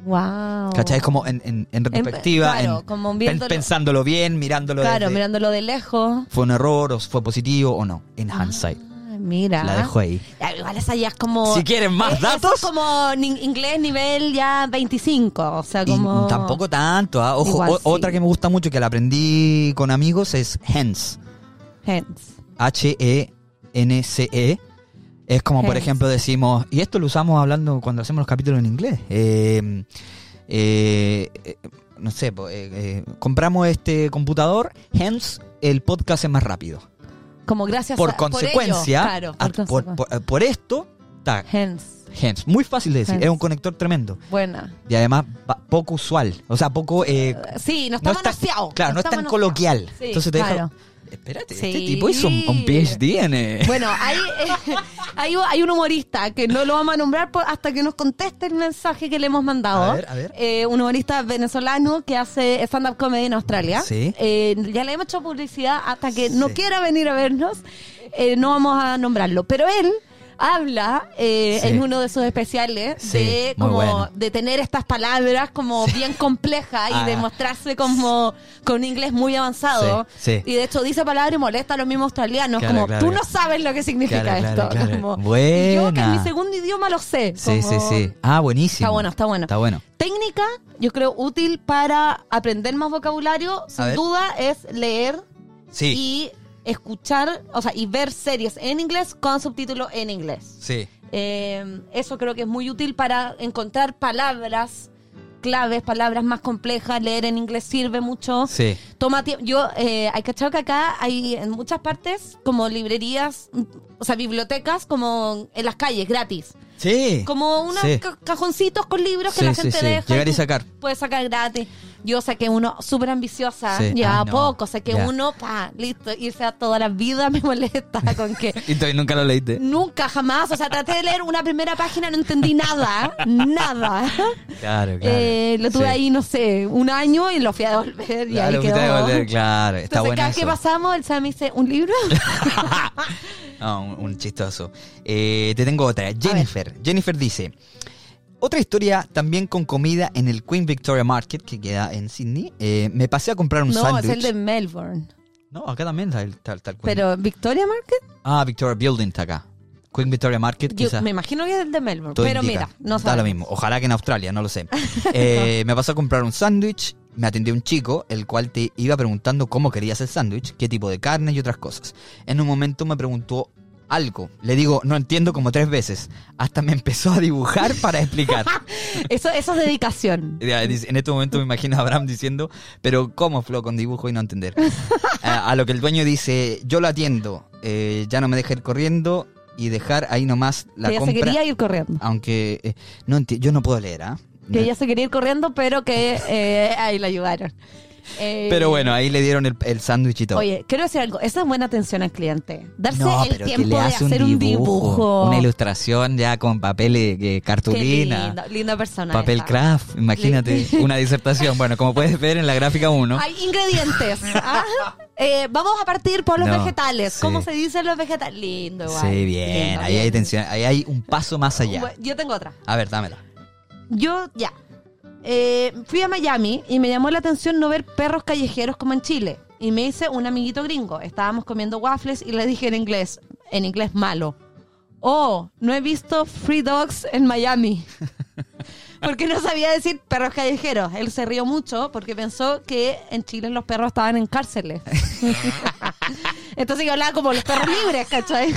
[SPEAKER 2] Wow.
[SPEAKER 1] ¿Cachai? Es como en, en, en retrospectiva,
[SPEAKER 2] Oh. claro,
[SPEAKER 1] en-
[SPEAKER 2] como
[SPEAKER 1] pen-
[SPEAKER 2] viéndolo-
[SPEAKER 1] pensándolo bien, mirándolo
[SPEAKER 2] Claro,
[SPEAKER 1] desde-
[SPEAKER 2] mirándolo de lejos.
[SPEAKER 1] fue un error o fue positivo o no. In hindsight.
[SPEAKER 2] Ah, mira.
[SPEAKER 1] La dejo ahí.
[SPEAKER 2] Ya, Igual esa ya es como.
[SPEAKER 1] Si quieren más
[SPEAKER 2] es- eso
[SPEAKER 1] datos.
[SPEAKER 2] Es como ni- inglés nivel ya 25. O sea,
[SPEAKER 1] Y
[SPEAKER 2] como.
[SPEAKER 1] tampoco tanto, ah. ojo,
[SPEAKER 2] Igual
[SPEAKER 1] o-
[SPEAKER 2] sí.
[SPEAKER 1] otra que me gusta mucho que la aprendí con amigos es hence,
[SPEAKER 2] Hence.
[SPEAKER 1] H E N C E. Es como por
[SPEAKER 2] Hence.
[SPEAKER 1] ejemplo decimos, y esto lo usamos hablando cuando hacemos los capítulos en inglés. eh, eh, eh, no sé, po, eh, eh, compramos este computador, hence el podcast es más rápido.
[SPEAKER 2] Como gracias a-
[SPEAKER 1] Por
[SPEAKER 2] ello,
[SPEAKER 1] consecuencia,
[SPEAKER 2] claro,
[SPEAKER 1] a-
[SPEAKER 2] por,
[SPEAKER 1] por,
[SPEAKER 2] consecu-
[SPEAKER 1] por- por esto, ta,
[SPEAKER 2] Hence.
[SPEAKER 1] hence. Muy fácil de decir,
[SPEAKER 2] Hence.
[SPEAKER 1] es un conector tremendo.
[SPEAKER 2] Buena.
[SPEAKER 1] Y además pa- poco usual, o sea, poco... eh,
[SPEAKER 2] Sí, no está
[SPEAKER 1] es tan-
[SPEAKER 2] manoseado.
[SPEAKER 1] Claro, no es
[SPEAKER 2] está
[SPEAKER 1] tan
[SPEAKER 2] manoseado.
[SPEAKER 1] coloquial.
[SPEAKER 2] Sí,
[SPEAKER 1] Entonces te deja-
[SPEAKER 2] claro.
[SPEAKER 1] Espérate,
[SPEAKER 2] Sí.
[SPEAKER 1] este tipo hizo un, un PhD en. eh,
[SPEAKER 2] Bueno, hay, hay, hay un humorista que no lo vamos a nombrar por- hasta que nos conteste el mensaje que le hemos mandado.
[SPEAKER 1] A ver, a ver.
[SPEAKER 2] Eh, un humorista venezolano que hace stand-up comedy en Australia.
[SPEAKER 1] Sí.
[SPEAKER 2] Eh, ya le hemos hecho publicidad hasta que no
[SPEAKER 1] Sí.
[SPEAKER 2] quiera venir a vernos. eh, no vamos a nombrarlo. Pero él habla eh,
[SPEAKER 1] Sí.
[SPEAKER 2] en uno de sus especiales
[SPEAKER 1] Sí,
[SPEAKER 2] de
[SPEAKER 1] muy
[SPEAKER 2] como
[SPEAKER 1] bueno.
[SPEAKER 2] de tener estas palabras como bien complejas y
[SPEAKER 1] Ah.
[SPEAKER 2] de mostrarse como con un inglés muy avanzado
[SPEAKER 1] Sí, sí.
[SPEAKER 2] y de hecho dice palabras y molesta a los mismos australianos
[SPEAKER 1] Claro,
[SPEAKER 2] como
[SPEAKER 1] claro.
[SPEAKER 2] tú no sabes lo que significa
[SPEAKER 1] Claro, claro,
[SPEAKER 2] esto
[SPEAKER 1] claro.
[SPEAKER 2] como,
[SPEAKER 1] Buena.
[SPEAKER 2] y yo que en mi segundo idioma lo sé
[SPEAKER 1] Sí, sí,
[SPEAKER 2] como-
[SPEAKER 1] sí. Ah, buenísimo.
[SPEAKER 2] Está bueno, está bueno.
[SPEAKER 1] Está bueno.
[SPEAKER 2] técnica yo creo útil para aprender más vocabulario
[SPEAKER 1] A
[SPEAKER 2] sin
[SPEAKER 1] ver.
[SPEAKER 2] duda es leer
[SPEAKER 1] Sí,
[SPEAKER 2] y escuchar o sea y ver series en inglés con subtítulos en inglés
[SPEAKER 1] sí.
[SPEAKER 2] eh, eso creo que es muy útil para encontrar palabras claves, palabras más complejas. Leer en inglés sirve mucho.
[SPEAKER 1] Sí.
[SPEAKER 2] Toma tiempo. Yo, eh, hay cachado que acá hay en muchas partes como librerías, mm, o sea, bibliotecas como en las calles, gratis.
[SPEAKER 1] Sí.
[SPEAKER 2] Como unos
[SPEAKER 1] Sí.
[SPEAKER 2] ca- cajoncitos con libros que
[SPEAKER 1] Sí,
[SPEAKER 2] la
[SPEAKER 1] sí,
[SPEAKER 2] gente
[SPEAKER 1] sí.
[SPEAKER 2] deja.
[SPEAKER 1] Llegar y
[SPEAKER 2] tú
[SPEAKER 1] sacar.
[SPEAKER 2] Puedes sacar gratis. Yo saqué uno súper ambiciosa,
[SPEAKER 1] Sí.
[SPEAKER 2] llevaba
[SPEAKER 1] Ah, no.
[SPEAKER 2] poco, saqué
[SPEAKER 1] Ya.
[SPEAKER 2] uno, pa, listo, irse a toda la vida me molesta con que
[SPEAKER 1] Y todavía nunca lo leíste.
[SPEAKER 2] Nunca, jamás. O sea, traté de leer una primera página, no entendí nada. Nada.
[SPEAKER 1] Claro, claro.
[SPEAKER 2] Eh, lo tuve
[SPEAKER 1] Sí.
[SPEAKER 2] ahí, no sé, un año y lo fui a devolver y
[SPEAKER 1] Claro,
[SPEAKER 2] ahí quedó.
[SPEAKER 1] fuiste a devolver, claro. Está
[SPEAKER 2] Entonces,
[SPEAKER 1] bueno.
[SPEAKER 2] cada
[SPEAKER 1] eso.
[SPEAKER 2] que pasamos, el Sam me dice, ¿un libro?
[SPEAKER 1] No, un, un chistoso. Eh, te tengo otra. Jennifer. Jennifer dice. Otra historia también con comida en el Queen Victoria Market que queda en Sydney. Eh, me pasé a comprar un
[SPEAKER 2] no,
[SPEAKER 1] sándwich.
[SPEAKER 2] es el de Melbourne.
[SPEAKER 1] No, acá también está el tal, tal Queen.
[SPEAKER 2] Pero, ¿Victoria Market?
[SPEAKER 1] Ah, Victoria Building está acá. Queen Victoria Market,
[SPEAKER 2] Yo
[SPEAKER 1] quizás.
[SPEAKER 2] me imagino que es el de Melbourne.
[SPEAKER 1] Todo
[SPEAKER 2] Pero
[SPEAKER 1] indica.
[SPEAKER 2] mira, no
[SPEAKER 1] Da lo
[SPEAKER 2] sabemos.
[SPEAKER 1] mismo. Ojalá que en Australia, no lo sé. Eh, me pasó a comprar un sándwich. Me atendió un chico, el cual te iba preguntando cómo querías el sándwich, qué tipo de carne y otras cosas. En un momento me preguntó algo. Le digo, no entiendo como tres veces. Hasta me empezó a dibujar para explicar.
[SPEAKER 2] Eso, eso es dedicación.
[SPEAKER 1] Ya, dice, En este momento me imagino a Abraham diciendo, pero ¿cómo Flo con dibujo y no entender? Eh, A, a lo que el dueño dice, yo lo atiendo, eh, ya no me deja ir corriendo y dejar ahí nomás la
[SPEAKER 2] que ella se
[SPEAKER 1] compra.
[SPEAKER 2] quería ir corriendo.
[SPEAKER 1] Aunque eh, no enti- yo no puedo leer, ¿ah?
[SPEAKER 2] Que ella se quería ir corriendo, pero que eh, ahí la ayudaron. Eh,
[SPEAKER 1] Pero bueno, ahí le dieron el, el sándwich y todo.
[SPEAKER 2] Oye, quiero decir algo. Esa es buena atención al cliente. Darse
[SPEAKER 1] no,
[SPEAKER 2] el
[SPEAKER 1] pero que
[SPEAKER 2] tiempo
[SPEAKER 1] le
[SPEAKER 2] de
[SPEAKER 1] hace
[SPEAKER 2] hacer un dibujo.
[SPEAKER 1] Una ilustración ya con papel eh, que-
[SPEAKER 2] Qué
[SPEAKER 1] cartulina.
[SPEAKER 2] lindo, linda persona.
[SPEAKER 1] Papel
[SPEAKER 2] esa.
[SPEAKER 1] craft, imagínate,
[SPEAKER 2] Le-
[SPEAKER 1] una disertación. Bueno, como puedes ver en la gráfica 1.
[SPEAKER 2] Hay ingredientes. ¿ah? Eh, vamos a partir por los
[SPEAKER 1] No,
[SPEAKER 2] vegetales.
[SPEAKER 1] sí.
[SPEAKER 2] ¿Cómo se dicen los vegetales? Lindo, igual.
[SPEAKER 1] Sí, bien,
[SPEAKER 2] Lindo,
[SPEAKER 1] ahí
[SPEAKER 2] bien.
[SPEAKER 1] hay tensión, ahí hay un paso más allá.
[SPEAKER 2] Bueno, Yo tengo otra.
[SPEAKER 1] A ver, dámela.
[SPEAKER 2] Yo, ya. Eh, fui a Miami y me llamó la atención no ver perros callejeros como en Chile. Y me hice un amiguito gringo. Estábamos comiendo waffles y le dije en inglés, en inglés malo. Oh, no he visto Free Dogs en Miami. Porque no sabía decir perros callejeros. Él se rió mucho porque pensó que en Chile los perros estaban en cárceles. Entonces yo hablaba como los perros libres, ¿cachai?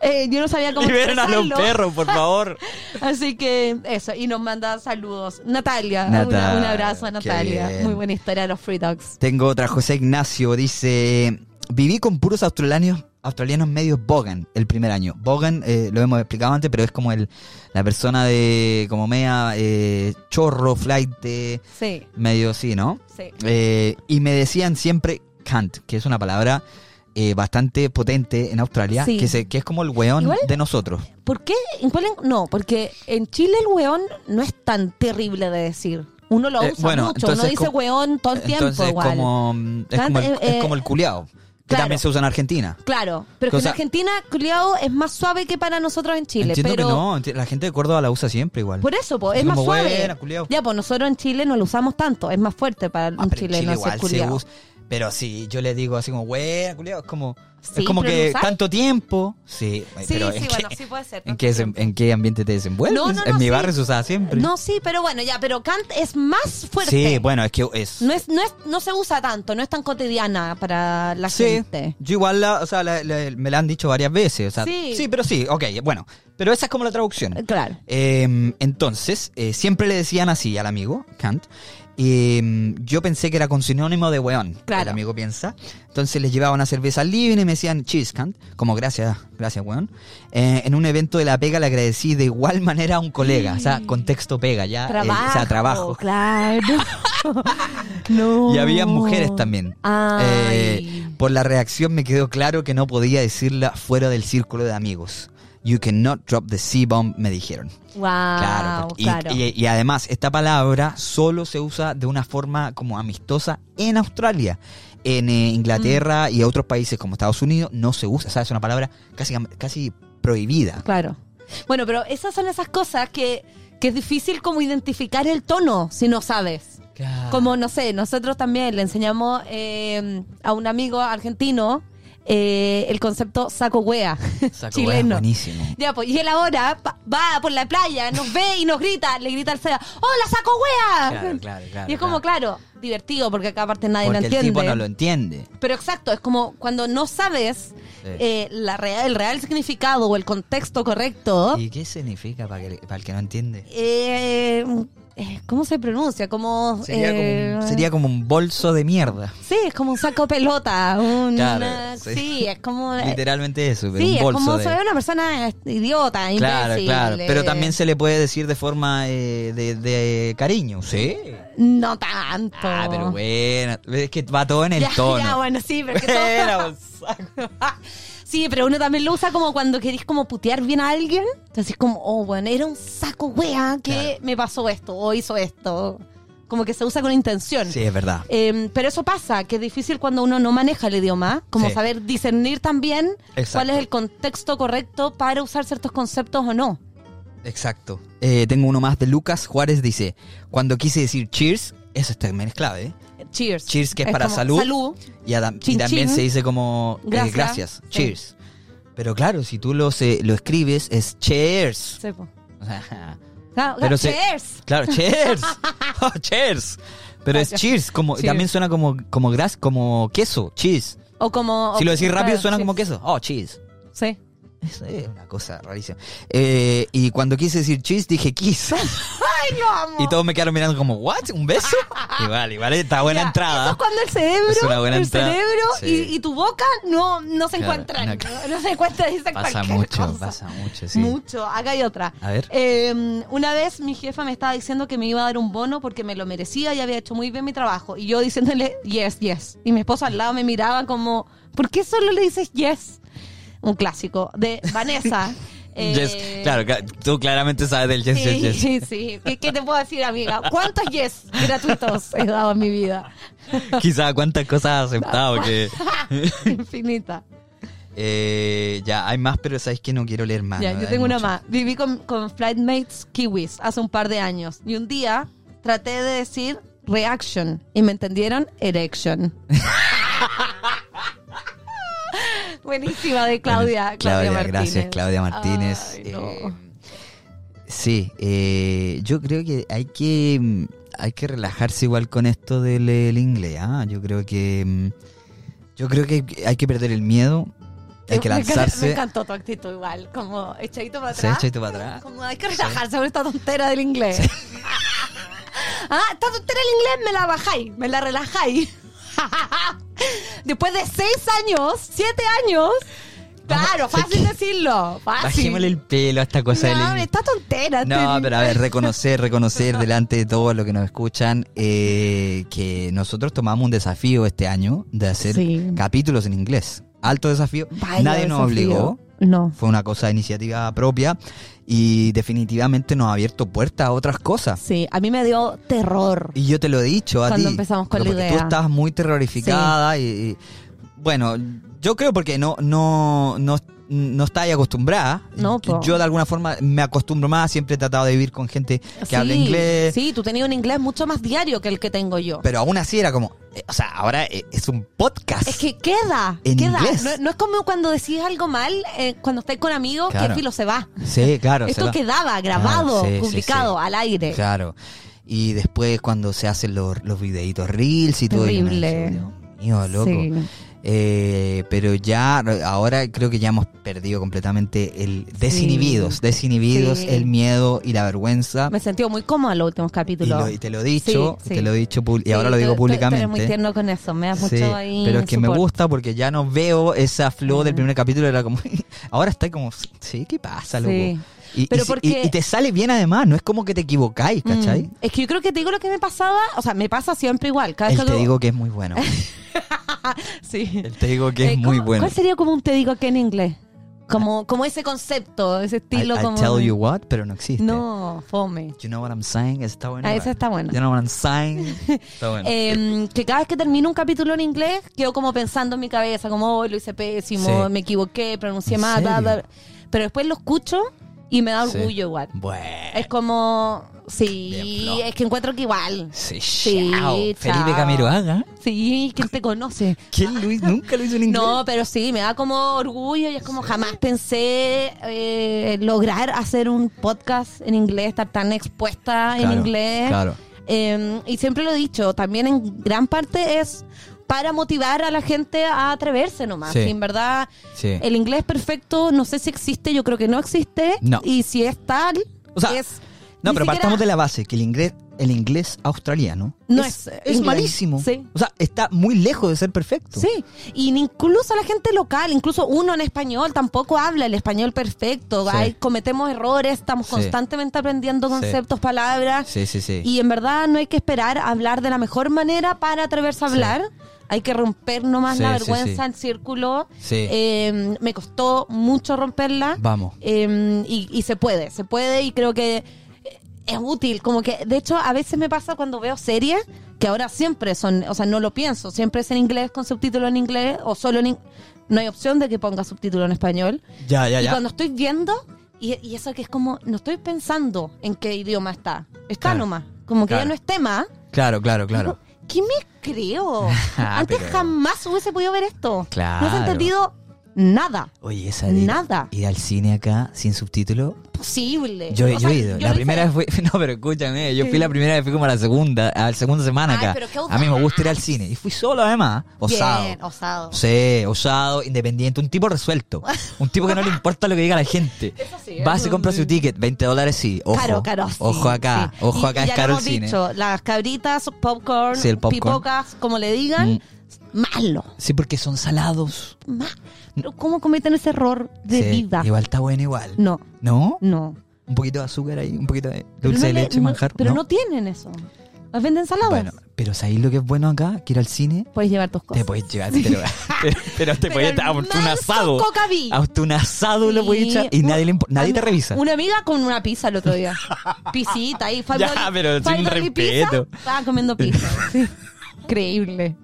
[SPEAKER 2] Eh, yo no sabía cómo
[SPEAKER 1] Liberen a los
[SPEAKER 2] expresarlo.
[SPEAKER 1] perros, por favor.
[SPEAKER 2] Así que eso, y nos manda saludos. Natalia, una-
[SPEAKER 1] Natal,
[SPEAKER 2] un abrazo a
[SPEAKER 1] qué
[SPEAKER 2] Natalia.
[SPEAKER 1] bien.
[SPEAKER 2] Muy buena historia de los Free Dogs.
[SPEAKER 1] Tengo otra, José Ignacio dice, viví con puros australianos, australianos medios Bogan el primer año. Bogan, eh, lo hemos explicado antes, pero es como el, la persona de, como media, eh, chorro, flight,
[SPEAKER 2] Sí,
[SPEAKER 1] medio así, ¿no?
[SPEAKER 2] sí.
[SPEAKER 1] Eh, y me decían siempre Kant, que es una palabra eh, bastante potente en Australia,
[SPEAKER 2] Sí.
[SPEAKER 1] que, se, que es como el weón
[SPEAKER 2] Igual-
[SPEAKER 1] de nosotros.
[SPEAKER 2] ¿Por qué? ¿En cuál en- no, porque en Chile el weón no es tan terrible de decir. Uno lo
[SPEAKER 1] Eh,
[SPEAKER 2] usa
[SPEAKER 1] bueno,
[SPEAKER 2] mucho, uno
[SPEAKER 1] entonces
[SPEAKER 2] dice
[SPEAKER 1] como-
[SPEAKER 2] weón todo el tiempo
[SPEAKER 1] Entonces,
[SPEAKER 2] igual.
[SPEAKER 1] Como, mm, es,
[SPEAKER 2] Kant,
[SPEAKER 1] como el,
[SPEAKER 2] eh,
[SPEAKER 1] es como el culiao. que
[SPEAKER 2] Claro.
[SPEAKER 1] también se usa en Argentina.
[SPEAKER 2] Claro, pero que en
[SPEAKER 1] Cosa-
[SPEAKER 2] Argentina, culiao, es más suave que para nosotros en Chile.
[SPEAKER 1] Entiendo
[SPEAKER 2] pero
[SPEAKER 1] que no, enti- la gente de Córdoba la usa siempre igual.
[SPEAKER 2] Por eso, po, es
[SPEAKER 1] Como
[SPEAKER 2] más suave.
[SPEAKER 1] buena, culiao.
[SPEAKER 2] ya, pues nosotros en Chile no lo usamos tanto, es más fuerte para
[SPEAKER 1] Ah,
[SPEAKER 2] un
[SPEAKER 1] pero en
[SPEAKER 2] chileno
[SPEAKER 1] Chile
[SPEAKER 2] ser
[SPEAKER 1] igual se
[SPEAKER 2] culiao.
[SPEAKER 1] usa. Pero sí, yo le digo así como, wea, culiao, es como,
[SPEAKER 2] Sí,
[SPEAKER 1] es como
[SPEAKER 2] pero
[SPEAKER 1] que
[SPEAKER 2] lo usas.
[SPEAKER 1] tanto tiempo. Sí, eh,
[SPEAKER 2] Sí,
[SPEAKER 1] pero
[SPEAKER 2] sí,
[SPEAKER 1] ¿en,
[SPEAKER 2] bueno,
[SPEAKER 1] qué,
[SPEAKER 2] sí puede ser.
[SPEAKER 1] en qué se- en qué ambiente te desenvuelves?
[SPEAKER 2] No, no,
[SPEAKER 1] en
[SPEAKER 2] no,
[SPEAKER 1] mi
[SPEAKER 2] sí.
[SPEAKER 1] barrio se usaba siempre.
[SPEAKER 2] No, sí, pero bueno, ya, pero Kant es más fuerte.
[SPEAKER 1] sí, bueno, es que es...
[SPEAKER 2] No, es, no, es, no se usa tanto, no es tan cotidiana para la
[SPEAKER 1] sí,
[SPEAKER 2] gente.
[SPEAKER 1] yo igual la- o sea, la- la- me la han dicho varias veces. o sea,
[SPEAKER 2] Sí.
[SPEAKER 1] sí. pero sí, ok, bueno. Pero esa es como la traducción.
[SPEAKER 2] Eh, Claro.
[SPEAKER 1] Eh, entonces, eh, siempre le decían así al amigo, Kant. Eh, yo pensé que era con sinónimo de weón.
[SPEAKER 2] Claro.
[SPEAKER 1] El amigo piensa. Entonces les llevaba una cerveza libre y me decían cheers, Kant. Como gracias, gracias, weón. Eh, en un evento de la pega le agradecí de igual manera a un colega. O sea, contexto pega, ya. eh, o sea, trabajo.
[SPEAKER 2] Claro. no.
[SPEAKER 1] Y había mujeres también.
[SPEAKER 2] Ay.
[SPEAKER 1] Eh, por la reacción me quedó claro que no podía decirla fuera del círculo de amigos. You cannot drop the C-bomb, me dijeron.
[SPEAKER 2] wow.
[SPEAKER 1] Claro,
[SPEAKER 2] Ah, Claro.
[SPEAKER 1] porque- y, y- y además esta palabra solo se usa de una forma como amistosa en Australia. En eh,
[SPEAKER 2] Mm.
[SPEAKER 1] Inglaterra y otros países como Estados Unidos no se usa, o sea, es una palabra casi, casi prohibida.
[SPEAKER 2] Claro. Bueno, pero esas son esas cosas que, que es difícil como identificar el tono si no sabes.
[SPEAKER 1] Ah.
[SPEAKER 2] Como, no sé, nosotros también le enseñamos eh, a un amigo argentino eh, el concepto saco wea
[SPEAKER 1] Saco weas,
[SPEAKER 2] chileno.
[SPEAKER 1] buenísimo.
[SPEAKER 2] Ya, pues, y él ahora pa- va por la playa, nos ve y nos grita, le grita al SEA, ¡Hola, saco wea!
[SPEAKER 1] Claro, claro, claro,
[SPEAKER 2] y es como, claro, divertido, porque acá aparte nadie
[SPEAKER 1] Porque
[SPEAKER 2] lo entiende.
[SPEAKER 1] el tipo no lo entiende.
[SPEAKER 2] Pero exacto, es como cuando no sabes
[SPEAKER 1] Sí.
[SPEAKER 2] eh, la real, el real significado o el contexto correcto.
[SPEAKER 1] ¿Y qué significa para, que- para el que no entiende?
[SPEAKER 2] eh, eh, ¿Cómo se pronuncia? Como,
[SPEAKER 1] Sería,
[SPEAKER 2] eh,
[SPEAKER 1] como un, sería como un bolso de mierda.
[SPEAKER 2] Sí, es como un saco pelota. un-
[SPEAKER 1] Claro,
[SPEAKER 2] una- sí.
[SPEAKER 1] sí.
[SPEAKER 2] es como. eh,
[SPEAKER 1] Literalmente eso, pero
[SPEAKER 2] Sí,
[SPEAKER 1] un
[SPEAKER 2] es
[SPEAKER 1] bolso
[SPEAKER 2] como
[SPEAKER 1] de...
[SPEAKER 2] soy una persona idiota,
[SPEAKER 1] Claro,
[SPEAKER 2] imbécil,
[SPEAKER 1] claro. Pero
[SPEAKER 2] eh,
[SPEAKER 1] también se le puede decir de forma eh, de, de cariño. Sí.
[SPEAKER 2] No tanto.
[SPEAKER 1] Ah, pero bueno. Es que va todo en el
[SPEAKER 2] ya,
[SPEAKER 1] tono.
[SPEAKER 2] ya, bueno, sí, pero que
[SPEAKER 1] Buena,
[SPEAKER 2] todo- Sí, pero uno también lo usa como cuando querés como putear bien a alguien. Entonces es como, oh, bueno, era un saco wea que
[SPEAKER 1] Claro.
[SPEAKER 2] me pasó esto o hizo esto. Como que se usa con intención.
[SPEAKER 1] Sí, es verdad.
[SPEAKER 2] Eh, pero eso pasa, que es difícil cuando uno no maneja el idioma, como
[SPEAKER 1] Sí.
[SPEAKER 2] saber discernir también
[SPEAKER 1] Exacto.
[SPEAKER 2] cuál es el contexto correcto para usar ciertos conceptos o no.
[SPEAKER 1] Exacto. Eh, tengo uno más de Lucas Juárez. Dice, cuando quise decir cheers, eso también es clave. ¿eh?
[SPEAKER 2] Cheers.
[SPEAKER 1] Cheers, que es para
[SPEAKER 2] como
[SPEAKER 1] salud.
[SPEAKER 2] Salud.
[SPEAKER 1] Y, adam- y
[SPEAKER 2] Chin,
[SPEAKER 1] también
[SPEAKER 2] chin.
[SPEAKER 1] se dice como eh,
[SPEAKER 2] Gracias.
[SPEAKER 1] gracias,
[SPEAKER 2] Sí.
[SPEAKER 1] cheers. Pero claro, si tú lo, se- lo escribes es cheers.
[SPEAKER 2] Sí, po. Ah,
[SPEAKER 1] Pero se-
[SPEAKER 2] cheers.
[SPEAKER 1] Claro, cheers. Oh, cheers. Pero es
[SPEAKER 2] Gracias.
[SPEAKER 1] cheers, como
[SPEAKER 2] Cheers.
[SPEAKER 1] también suena como como gras, como queso, cheese.
[SPEAKER 2] O como.
[SPEAKER 1] Si
[SPEAKER 2] o-
[SPEAKER 1] lo decís rápido
[SPEAKER 2] Oh, claro,
[SPEAKER 1] suena
[SPEAKER 2] cheers.
[SPEAKER 1] como queso. Oh, cheese.
[SPEAKER 2] Sí.
[SPEAKER 1] Es eh, una cosa rarísima. Eh, y cuando quise decir cheese dije kiss.
[SPEAKER 2] ¡Ay, lo amo!
[SPEAKER 1] y todos me quedaron mirando como, "What? ¿Un beso?" igual, igual está buena
[SPEAKER 2] Ya, Eso
[SPEAKER 1] entrada.
[SPEAKER 2] es cuando el cerebro,
[SPEAKER 1] Es una buena
[SPEAKER 2] el
[SPEAKER 1] entrada.
[SPEAKER 2] cerebro
[SPEAKER 1] Sí.
[SPEAKER 2] y, y tu boca no, no se
[SPEAKER 1] Claro,
[SPEAKER 2] encuentran.
[SPEAKER 1] una-
[SPEAKER 2] No, no se encuentran. dicen
[SPEAKER 1] Pasa
[SPEAKER 2] cualquier
[SPEAKER 1] mucho,
[SPEAKER 2] cosa.
[SPEAKER 1] pasa mucho, sí.
[SPEAKER 2] Mucho. Acá hay otra.
[SPEAKER 1] A ver.
[SPEAKER 2] Eh, una vez mi jefa me estaba diciendo que me iba a dar un bono porque me lo merecía y había hecho muy bien mi trabajo. Y yo diciéndole yes, yes. Y mi esposo al lado me miraba como, ¿por qué solo le dices yes? Un clásico de Vanessa. Eh,
[SPEAKER 1] Yes, claro, ca- tú claramente sabes del yes,
[SPEAKER 2] Sí,
[SPEAKER 1] yes, yes.
[SPEAKER 2] sí, sí. ¿Qué, qué te puedo decir, amiga? ¿Cuántos yes gratuitos he dado en mi vida?
[SPEAKER 1] Quizá cuántas cosas has aceptado que
[SPEAKER 2] Infinita.
[SPEAKER 1] Eh, ya hay más, pero sabes que no quiero leer más.
[SPEAKER 2] Ya,
[SPEAKER 1] Ah, ¿no?
[SPEAKER 2] yo
[SPEAKER 1] Hay
[SPEAKER 2] tengo una
[SPEAKER 1] mucho.
[SPEAKER 2] más. Viví con, con flightmates kiwis hace un par de años. Y un día traté de decir reaction. Y me entendieron erection. Buenísima de Claudia.
[SPEAKER 1] Bueno, Claudia,
[SPEAKER 2] Claudia, Martínez.
[SPEAKER 1] gracias, Claudia Martínez.
[SPEAKER 2] Ay, no.
[SPEAKER 1] Eh, sí, eh, yo creo que hay que mm, hay que relajarse igual con esto del el inglés. ¿ah? Yo creo que mm, yo creo que hay que perder el miedo, hay que
[SPEAKER 2] Me encanta- Me
[SPEAKER 1] lanzarse.
[SPEAKER 2] encantó tu actitud igual, como echadito para
[SPEAKER 1] Sí,
[SPEAKER 2] atrás.
[SPEAKER 1] echadito para atrás.
[SPEAKER 2] Como hay que relajarse con esta tontera del inglés. ah, esta tontera del inglés me la bajáis, me la relajáis. Después de seis años, siete años. Claro,
[SPEAKER 1] Vamos, sé
[SPEAKER 2] fácil
[SPEAKER 1] que-
[SPEAKER 2] decirlo. Fácil.
[SPEAKER 1] Bajémosle el pelo a esta cosa del
[SPEAKER 2] Ah, no,
[SPEAKER 1] inglés.
[SPEAKER 2] está tontera.
[SPEAKER 1] No,
[SPEAKER 2] este-
[SPEAKER 1] pero a ver, reconocer, reconocer delante de todos los que nos escuchan eh, que nosotros tomamos un desafío este año de hacer
[SPEAKER 2] Sí.
[SPEAKER 1] capítulos en inglés. Alto desafío.
[SPEAKER 2] Vaya
[SPEAKER 1] Nadie nos
[SPEAKER 2] desafío.
[SPEAKER 1] obligó.
[SPEAKER 2] No.
[SPEAKER 1] Fue una cosa de iniciativa propia y definitivamente nos ha abierto puertas a otras cosas.
[SPEAKER 2] Sí, a mí me dio terror.
[SPEAKER 1] Y yo te lo he dicho a
[SPEAKER 2] Cuando
[SPEAKER 1] ti,
[SPEAKER 2] empezamos con
[SPEAKER 1] pero
[SPEAKER 2] la
[SPEAKER 1] porque
[SPEAKER 2] idea.
[SPEAKER 1] Tú estabas muy terrorificada y, y Bueno, yo creo porque no, no, no, no está ahí acostumbrada.
[SPEAKER 2] No, po.
[SPEAKER 1] Yo de alguna forma me acostumbro más, siempre he tratado de vivir con gente que
[SPEAKER 2] Sí,
[SPEAKER 1] habla inglés.
[SPEAKER 2] Sí, tú tenías un inglés mucho más diario que el que tengo yo.
[SPEAKER 1] Pero aún así era como, eh, o sea, ahora eh, es un podcast.
[SPEAKER 2] Es que queda,
[SPEAKER 1] En
[SPEAKER 2] queda.
[SPEAKER 1] inglés.
[SPEAKER 2] No, no es como cuando decís algo mal, eh, cuando estáis con amigos,
[SPEAKER 1] Claro.
[SPEAKER 2] que filo se va.
[SPEAKER 1] Sí, claro. se
[SPEAKER 2] Esto
[SPEAKER 1] va.
[SPEAKER 2] quedaba grabado,
[SPEAKER 1] Claro, sí, sí,
[SPEAKER 2] publicado,
[SPEAKER 1] sí.
[SPEAKER 2] al aire.
[SPEAKER 1] Claro. Y después cuando se hacen los, los videitos reels y todo. y uno dice,
[SPEAKER 2] Terrible.
[SPEAKER 1] Dios mío, loco.
[SPEAKER 2] Sí.
[SPEAKER 1] Eh, pero ya, ahora creo que ya hemos perdido completamente el desinhibidos, desinhibidos,
[SPEAKER 2] Sí.
[SPEAKER 1] el miedo y la vergüenza.
[SPEAKER 2] Me he sentido muy cómodo en los últimos
[SPEAKER 1] Ah. Y,
[SPEAKER 2] capítulos.
[SPEAKER 1] lo- y te lo he dicho,
[SPEAKER 2] Sí, sí.
[SPEAKER 1] te lo he dicho pub- y
[SPEAKER 2] Sí,
[SPEAKER 1] ahora lo
[SPEAKER 2] tú-
[SPEAKER 1] digo
[SPEAKER 2] tú- tú eres
[SPEAKER 1] públicamente.
[SPEAKER 2] muy tierno con eso, me das mucho
[SPEAKER 1] Sí,
[SPEAKER 2] ahí
[SPEAKER 1] pero es que me
[SPEAKER 2] support.
[SPEAKER 1] gusta porque ya no veo esa flow del primer capítulo, era como ahora está como, sí, ¿qué pasa, loco?
[SPEAKER 2] Sí.
[SPEAKER 1] Y,
[SPEAKER 2] Pero
[SPEAKER 1] y-
[SPEAKER 2] porque-
[SPEAKER 1] y- y te sale bien además, no es como que te equivocáis, ¿cachai?
[SPEAKER 2] Mm. Es que yo creo que te digo lo que me pasaba, o sea, me pasa siempre igual. Cada vez
[SPEAKER 1] Él
[SPEAKER 2] que
[SPEAKER 1] te
[SPEAKER 2] hago-
[SPEAKER 1] digo que es muy bueno.
[SPEAKER 2] Sí.
[SPEAKER 1] Él te digo que
[SPEAKER 2] Eh,
[SPEAKER 1] es muy
[SPEAKER 2] ¿cómo-
[SPEAKER 1] bueno.
[SPEAKER 2] ¿Cuál sería como un te digo que en inglés? Como, como ese concepto, ese
[SPEAKER 1] I,
[SPEAKER 2] estilo
[SPEAKER 1] I
[SPEAKER 2] como...
[SPEAKER 1] tell you what, pero no existe.
[SPEAKER 2] No, fome.
[SPEAKER 1] You know what I'm saying? Está bueno.
[SPEAKER 2] Ah, esa está buena.
[SPEAKER 1] You know what I'm saying? Está bueno.
[SPEAKER 2] Eh, que cada vez que termino un capítulo en inglés, quedo como pensando en mi cabeza, como hoy lo hice pésimo,
[SPEAKER 1] Sí.
[SPEAKER 2] me equivoqué, pronuncié
[SPEAKER 1] ¿En
[SPEAKER 2] mal, da,
[SPEAKER 1] serio?
[SPEAKER 2] da". pero después lo escucho y me da
[SPEAKER 1] Sí.
[SPEAKER 2] orgullo igual.
[SPEAKER 1] bueno.
[SPEAKER 2] Es como, sí,
[SPEAKER 1] Bien flojo.
[SPEAKER 2] es que encuentro que igual.
[SPEAKER 1] Sí,
[SPEAKER 2] Sí,
[SPEAKER 1] chao. Felipe
[SPEAKER 2] chao.
[SPEAKER 1] Camiroaga.
[SPEAKER 2] Sí, ¿quién te conoce?
[SPEAKER 1] ¿Quién lo hizo? nunca lo hizo en inglés?
[SPEAKER 2] No, pero sí, me da como orgullo y es como jamás pensé eh, lograr hacer un podcast en inglés, estar tan expuesta
[SPEAKER 1] Claro,
[SPEAKER 2] en inglés.
[SPEAKER 1] claro.
[SPEAKER 2] Eh, y siempre lo he dicho, también en gran parte es para motivar a la gente a atreverse nomás.
[SPEAKER 1] Sí.
[SPEAKER 2] Y en verdad,
[SPEAKER 1] Sí.
[SPEAKER 2] el inglés perfecto, no sé si existe, yo creo que no existe.
[SPEAKER 1] No.
[SPEAKER 2] Y si es tal,
[SPEAKER 1] O sea,
[SPEAKER 2] es...
[SPEAKER 1] No, pero
[SPEAKER 2] ni siquiera-
[SPEAKER 1] partamos de la base que el inglés, el inglés australiano
[SPEAKER 2] No es, eh, inglés.
[SPEAKER 1] malísimo.
[SPEAKER 2] Sí.
[SPEAKER 1] O sea, está muy lejos de ser perfecto.
[SPEAKER 2] Sí, y ni- incluso la gente local, incluso uno en español tampoco habla el español perfecto.
[SPEAKER 1] Sí.
[SPEAKER 2] Hay- cometemos errores, estamos
[SPEAKER 1] Sí.
[SPEAKER 2] constantemente aprendiendo conceptos, palabras.
[SPEAKER 1] sí, sí. sí.
[SPEAKER 2] Y en verdad no hay que esperar a hablar de la mejor manera para atreverse a
[SPEAKER 1] Sí.
[SPEAKER 2] hablar. Hay que romper nomás
[SPEAKER 1] Sí,
[SPEAKER 2] la
[SPEAKER 1] sí,
[SPEAKER 2] vergüenza
[SPEAKER 1] sí.
[SPEAKER 2] en círculo.
[SPEAKER 1] Sí.
[SPEAKER 2] Eh, me costó mucho romperla.
[SPEAKER 1] Vamos.
[SPEAKER 2] Eh, y, y se puede, se puede y creo que eh, es útil. Como que, de hecho, a veces me pasa cuando veo series que ahora siempre son, o sea, no lo pienso, siempre es en inglés con subtítulo en inglés o solo en in- No hay opción de que ponga subtítulo en español.
[SPEAKER 1] Ya, ya,
[SPEAKER 2] Y
[SPEAKER 1] ya.
[SPEAKER 2] cuando estoy viendo, y, y eso que es como, no estoy pensando en qué idioma está. Está
[SPEAKER 1] Claro.
[SPEAKER 2] nomás. Como que
[SPEAKER 1] Claro.
[SPEAKER 2] ya no es tema.
[SPEAKER 1] Claro, claro, claro.
[SPEAKER 2] Digo, ¿Qué me creo?
[SPEAKER 1] Ah,
[SPEAKER 2] Antes
[SPEAKER 1] pero-
[SPEAKER 2] jamás hubiese podido ver esto.
[SPEAKER 1] Claro.
[SPEAKER 2] No he entendido nada.
[SPEAKER 1] Oye, esa de
[SPEAKER 2] Nada.
[SPEAKER 1] ir al cine acá sin subtítulo.
[SPEAKER 2] Posible.
[SPEAKER 1] Yo,
[SPEAKER 2] O
[SPEAKER 1] yo
[SPEAKER 2] sea,
[SPEAKER 1] he ido.
[SPEAKER 2] yo
[SPEAKER 1] la
[SPEAKER 2] lo
[SPEAKER 1] primera
[SPEAKER 2] hice-
[SPEAKER 1] vez fui. No, pero escúchame. Yo fui la primera vez, fui como a la segunda, a la segunda semana
[SPEAKER 2] Ay,
[SPEAKER 1] acá.
[SPEAKER 2] pero qué
[SPEAKER 1] a mí me gusta ir al cine. Y fui solo además. Osado.
[SPEAKER 2] Bien, osado.
[SPEAKER 1] Sí, osado, independiente, un tipo resuelto. Un tipo que no le importa lo que diga la gente.
[SPEAKER 2] Eso sí,
[SPEAKER 1] Vas
[SPEAKER 2] es
[SPEAKER 1] y compras
[SPEAKER 2] un-
[SPEAKER 1] su ticket, 20 dólares sí. Ojo,
[SPEAKER 2] caro, caro. sí,
[SPEAKER 1] ojo acá,
[SPEAKER 2] sí.
[SPEAKER 1] ojo
[SPEAKER 2] Y-
[SPEAKER 1] acá
[SPEAKER 2] y
[SPEAKER 1] es
[SPEAKER 2] ya
[SPEAKER 1] caro
[SPEAKER 2] lo
[SPEAKER 1] el
[SPEAKER 2] hemos
[SPEAKER 1] cine.
[SPEAKER 2] dicho, las cabritas, popcorn,
[SPEAKER 1] Sí, el popcorn. Mm.
[SPEAKER 2] pipocas, como le digan, malo.
[SPEAKER 1] Sí, porque son salados.
[SPEAKER 2] ma- Pero ¿Cómo cometen ese error de
[SPEAKER 1] Sí,
[SPEAKER 2] vida?
[SPEAKER 1] Igual está bueno igual.
[SPEAKER 2] No,
[SPEAKER 1] ¿No?
[SPEAKER 2] no.
[SPEAKER 1] Un poquito de azúcar ahí, un poquito de
[SPEAKER 2] Pero
[SPEAKER 1] dulce
[SPEAKER 2] no
[SPEAKER 1] de
[SPEAKER 2] le-
[SPEAKER 1] leche,
[SPEAKER 2] no-
[SPEAKER 1] manjar.
[SPEAKER 2] Pero no. tienen eso. Las venden saladas.
[SPEAKER 1] Bueno, pero ¿sabéis lo que es bueno acá? Que ir al cine,
[SPEAKER 2] Puedes llevar tus cosas.
[SPEAKER 1] te podéis llevar, te lo- pero, pero te
[SPEAKER 2] Pero
[SPEAKER 1] podéis
[SPEAKER 2] el
[SPEAKER 1] dar hasta un
[SPEAKER 2] manso
[SPEAKER 1] asado.
[SPEAKER 2] cocaví.
[SPEAKER 1] Hasta un asado lo podéis echar y
[SPEAKER 2] Sí.
[SPEAKER 1] nadie, le impo- nadie te
[SPEAKER 2] Am-
[SPEAKER 1] revisa.
[SPEAKER 2] Una amiga con una pizza el otro día. Pisita ahí. five
[SPEAKER 1] Ya,
[SPEAKER 2] dollar-
[SPEAKER 1] pero sin
[SPEAKER 2] five dollar y pizza,
[SPEAKER 1] respeto.
[SPEAKER 2] Estaba comiendo pizza. sí. Increíble.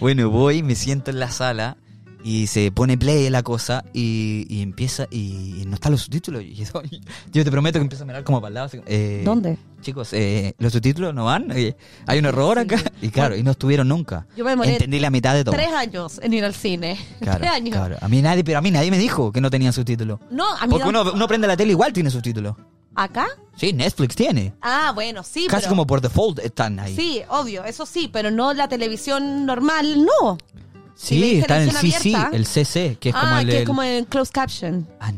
[SPEAKER 1] Bueno, voy, me siento en la sala y se pone play la cosa y, y empieza y, y no están los subtítulos. Y yo, yo te prometo que empiezo a mirar como para el lado. así como, eh,
[SPEAKER 2] ¿Dónde?
[SPEAKER 1] Chicos, eh, los subtítulos no van. eh, hay un error acá. Y claro, y no estuvieron nunca.
[SPEAKER 2] Yo me demoré
[SPEAKER 1] Entendí la mitad de todo.
[SPEAKER 2] Tres años en ir al cine.
[SPEAKER 1] Claro,
[SPEAKER 2] Tres años.
[SPEAKER 1] claro. A mí nadie, pero a mí nadie me dijo que no tenían subtítulos.
[SPEAKER 2] No, a mí
[SPEAKER 1] Porque
[SPEAKER 2] da-
[SPEAKER 1] uno, uno prende la tele igual tiene subtítulos.
[SPEAKER 2] ¿Acá?
[SPEAKER 1] Sí, Netflix tiene.
[SPEAKER 2] Ah, bueno, sí.
[SPEAKER 1] Casi
[SPEAKER 2] pero-
[SPEAKER 1] como por default están ahí.
[SPEAKER 2] Sí, obvio, eso sí, pero no la televisión normal, no.
[SPEAKER 1] Sí,
[SPEAKER 2] y veis
[SPEAKER 1] están en
[SPEAKER 2] televisión
[SPEAKER 1] CC,
[SPEAKER 2] abierta.
[SPEAKER 1] el CC, que es como
[SPEAKER 2] ah,
[SPEAKER 1] el.
[SPEAKER 2] que es
[SPEAKER 1] el-
[SPEAKER 2] como en closed caption.
[SPEAKER 1] Ah,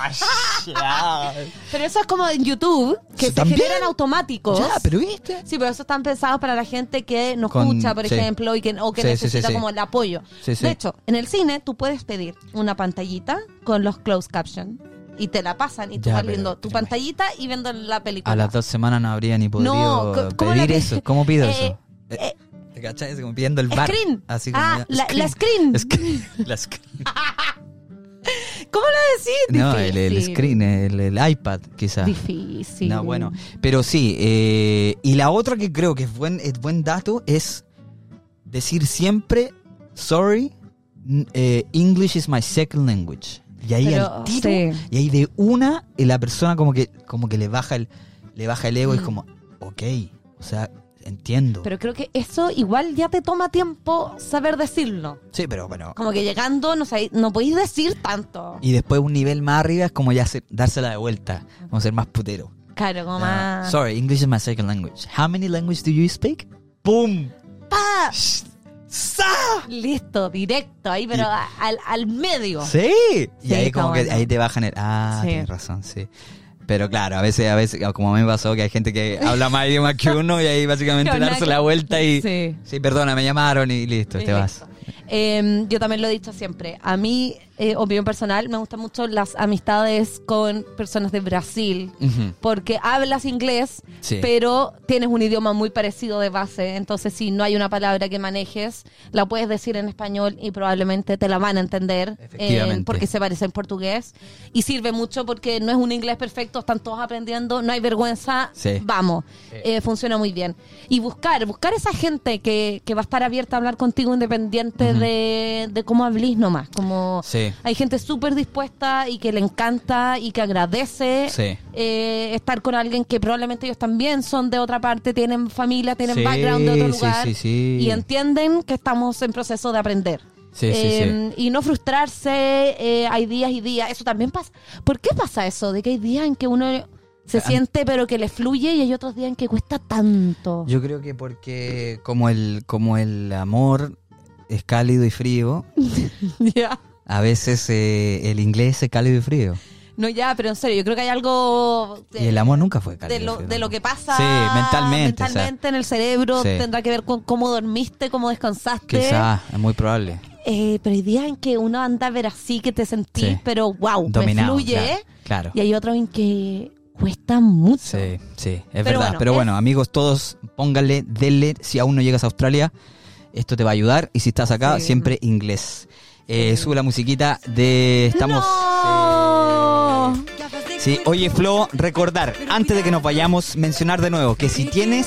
[SPEAKER 1] no.
[SPEAKER 2] Pero eso es como en YouTube, que se
[SPEAKER 1] ¿También?
[SPEAKER 2] generan automáticos.
[SPEAKER 1] Ya, pero viste.
[SPEAKER 2] Sí, pero eso están pensados para la gente que no
[SPEAKER 1] Con-
[SPEAKER 2] escucha, por
[SPEAKER 1] sí.
[SPEAKER 2] ejemplo, y que, o que
[SPEAKER 1] Sí, sí, sí,
[SPEAKER 2] necesita
[SPEAKER 1] sí.
[SPEAKER 2] como el apoyo.
[SPEAKER 1] Sí, sí.
[SPEAKER 2] De hecho, en el cine tú puedes pedir una pantallita con los closed caption y te la pasan y tú
[SPEAKER 1] Ya,
[SPEAKER 2] vas
[SPEAKER 1] pero-
[SPEAKER 2] viendo tu
[SPEAKER 1] pero-
[SPEAKER 2] pantallita y viendo la película.
[SPEAKER 1] A las dos semanas no habría ni podido
[SPEAKER 2] No, co- ¿cómo
[SPEAKER 1] pedir
[SPEAKER 2] la-
[SPEAKER 1] eso. ¿Cómo pido
[SPEAKER 2] Eh,
[SPEAKER 1] eso? Eh, ¿Te cachai? Así Como pidiendo el bar.
[SPEAKER 2] Screen.
[SPEAKER 1] Así como
[SPEAKER 2] Ah,
[SPEAKER 1] ya-
[SPEAKER 2] la- la screen.
[SPEAKER 1] Screen. La screen.
[SPEAKER 2] ¿Cómo lo decís?
[SPEAKER 1] No, el, el
[SPEAKER 2] Difícil.
[SPEAKER 1] screen, el, el iPad quizás.
[SPEAKER 2] Difícil.
[SPEAKER 1] No, bueno. Pero sí, eh, y la otra que creo que es buen, es buen dato es decir siempre sorry n- eh, English is my second language. Y ahí
[SPEAKER 2] Pero,
[SPEAKER 1] al tiro,
[SPEAKER 2] sí.
[SPEAKER 1] y ahí de una, y la persona como que, como que le baja el, le baja el ego y es como, ok, o sea, entiendo.
[SPEAKER 2] Mm. Pero creo que eso igual ya te toma tiempo saber decirlo.
[SPEAKER 1] sí, pero bueno.
[SPEAKER 2] Como que llegando no, sabéis- no podéis decir tanto.
[SPEAKER 1] Y después un nivel más arriba es como ya se- dársela de vuelta, como ser más putero.
[SPEAKER 2] Claro, como
[SPEAKER 1] Ah,
[SPEAKER 2] más...
[SPEAKER 1] sorry, English is my second language. How many languages do you speak? ¡Pum!
[SPEAKER 2] ¡Pa!
[SPEAKER 1] ¡Sa!
[SPEAKER 2] Listo, directo, ahí, pero
[SPEAKER 1] Y-
[SPEAKER 2] a- al, al medio.
[SPEAKER 1] Sí. Y
[SPEAKER 2] Sí,
[SPEAKER 1] ahí
[SPEAKER 2] está
[SPEAKER 1] como que
[SPEAKER 2] bueno.
[SPEAKER 1] ahí te bajan el. Ah,
[SPEAKER 2] Sí.
[SPEAKER 1] tienes razón, sí. Pero claro, a veces, a veces, como a mí me pasó, que hay gente que habla más idiomas que uno y ahí básicamente
[SPEAKER 2] Pero nada
[SPEAKER 1] darse
[SPEAKER 2] que-
[SPEAKER 1] la vuelta y. Sí.
[SPEAKER 2] Sí.
[SPEAKER 1] perdona, me llamaron y listo, te vas.
[SPEAKER 2] Perfecto. Eh, yo también lo he dicho siempre. A mí, eh, opinión personal, me gustan mucho las amistades con personas de Brasil.
[SPEAKER 1] Ujú.
[SPEAKER 2] Porque hablas inglés,
[SPEAKER 1] Sí.
[SPEAKER 2] pero tienes un idioma muy parecido de base. Entonces, si no hay una palabra que manejes, la puedes decir en español y probablemente te la van a entender. eh,
[SPEAKER 1] Efectivamente.
[SPEAKER 2] porque se parece en portugués. Y sirve mucho porque no es un inglés perfecto, están todos aprendiendo, no hay vergüenza.
[SPEAKER 1] Sí.
[SPEAKER 2] Vamos. Eh, funciona muy bien. Y buscar, buscar esa gente que, que va a estar abierta a hablar contigo independiente de, de cómo hablís nomás. Como
[SPEAKER 1] Sí.
[SPEAKER 2] hay gente súper dispuesta y que le encanta y que agradece
[SPEAKER 1] Sí.
[SPEAKER 2] eh, estar con alguien que probablemente ellos también son de otra parte, tienen familia, tienen
[SPEAKER 1] Sí,
[SPEAKER 2] background de otro
[SPEAKER 1] sí,
[SPEAKER 2] lugar
[SPEAKER 1] sí, sí.
[SPEAKER 2] y entienden que estamos en proceso de aprender.
[SPEAKER 1] Sí, sí,
[SPEAKER 2] Eh, Y no frustrarse, eh, hay días y días, eso también pasa. ¿Por qué pasa eso? De que hay días en que uno
[SPEAKER 1] Ah.
[SPEAKER 2] se siente pero que le fluye y hay otros días en que cuesta tanto.
[SPEAKER 1] Yo creo que porque como el, como el amor es cálido y frío,
[SPEAKER 2] Ya.
[SPEAKER 1] a veces eh, el inglés es cálido y frío.
[SPEAKER 2] No, ya, pero en serio, yo creo que hay algo...
[SPEAKER 1] Y el amor nunca fue cálido.
[SPEAKER 2] de lo,
[SPEAKER 1] frío,
[SPEAKER 2] de lo que pasa
[SPEAKER 1] Sí, mentalmente. o sea,
[SPEAKER 2] mentalmente en el cerebro
[SPEAKER 1] Sí.
[SPEAKER 2] tendrá que ver con cómo dormiste, cómo descansaste.
[SPEAKER 1] Quizás, es muy probable.
[SPEAKER 2] Eh, pero hay días en que uno anda a ver así que te sentís,
[SPEAKER 1] Sí.
[SPEAKER 2] pero wow,
[SPEAKER 1] Dominado.
[SPEAKER 2] me fluye.
[SPEAKER 1] Claro. claro.
[SPEAKER 2] Y hay otros en que cuesta mucho.
[SPEAKER 1] Sí, sí, es
[SPEAKER 2] Pero
[SPEAKER 1] verdad.
[SPEAKER 2] bueno,
[SPEAKER 1] Pero
[SPEAKER 2] es-
[SPEAKER 1] bueno, amigos, todos pónganle, denle, si aún no llegas a Australia, esto te va a ayudar. Y si estás acá,
[SPEAKER 2] Sí.
[SPEAKER 1] siempre inglés. Eh, Sube la musiquita de... Estamos... Sí.
[SPEAKER 2] ¡No!
[SPEAKER 1] Sí, oye Flo, recordar, antes de que nos vayamos, mencionar de nuevo que si tienes,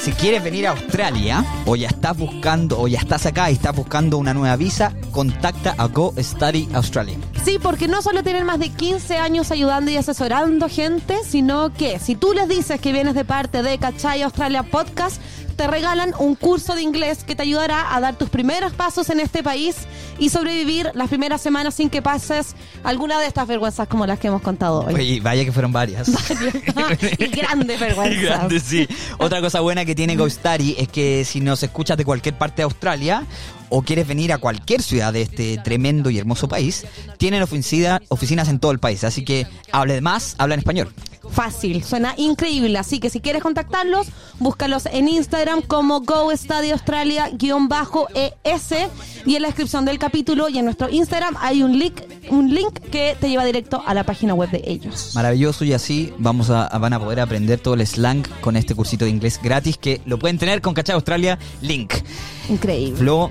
[SPEAKER 1] si quieres venir a Australia o ya estás buscando o ya estás acá y estás buscando una nueva visa, contacta a Go Study Australia.
[SPEAKER 2] Sí, porque no solo tienen más de 15 años ayudando y asesorando gente, sino que si tú les dices que vienes de parte de Cachay Australia Podcast, te regalan un curso de inglés que te ayudará a dar tus primeros pasos en este país y sobrevivir las primeras semanas sin que pases alguna de estas vergüenzas como las que hemos contado hoy.
[SPEAKER 1] Oye, vaya que fueron varias.
[SPEAKER 2] y grandes vergüenzas.
[SPEAKER 1] Grande, sí. Otra cosa buena que tiene GoStudy es que si nos escuchas de cualquier parte de Australia o quieres venir a cualquier ciudad de este tremendo y hermoso país, tienen oficina- oficinas en todo el país. Así que hable más, habla en español.
[SPEAKER 2] Fácil, suena increíble. Así que si quieres contactarlos, búscalos en Instagram como GoStadioAustralia-ES y en la descripción del capítulo y en nuestro Instagram hay un link, un link que te lleva directo a la página web de ellos.
[SPEAKER 1] Maravilloso y así vamos a, a- van a poder aprender todo el slang con este cursito de inglés gratis que lo pueden tener con Cachai Australia Link.
[SPEAKER 2] Increíble.
[SPEAKER 1] Flo,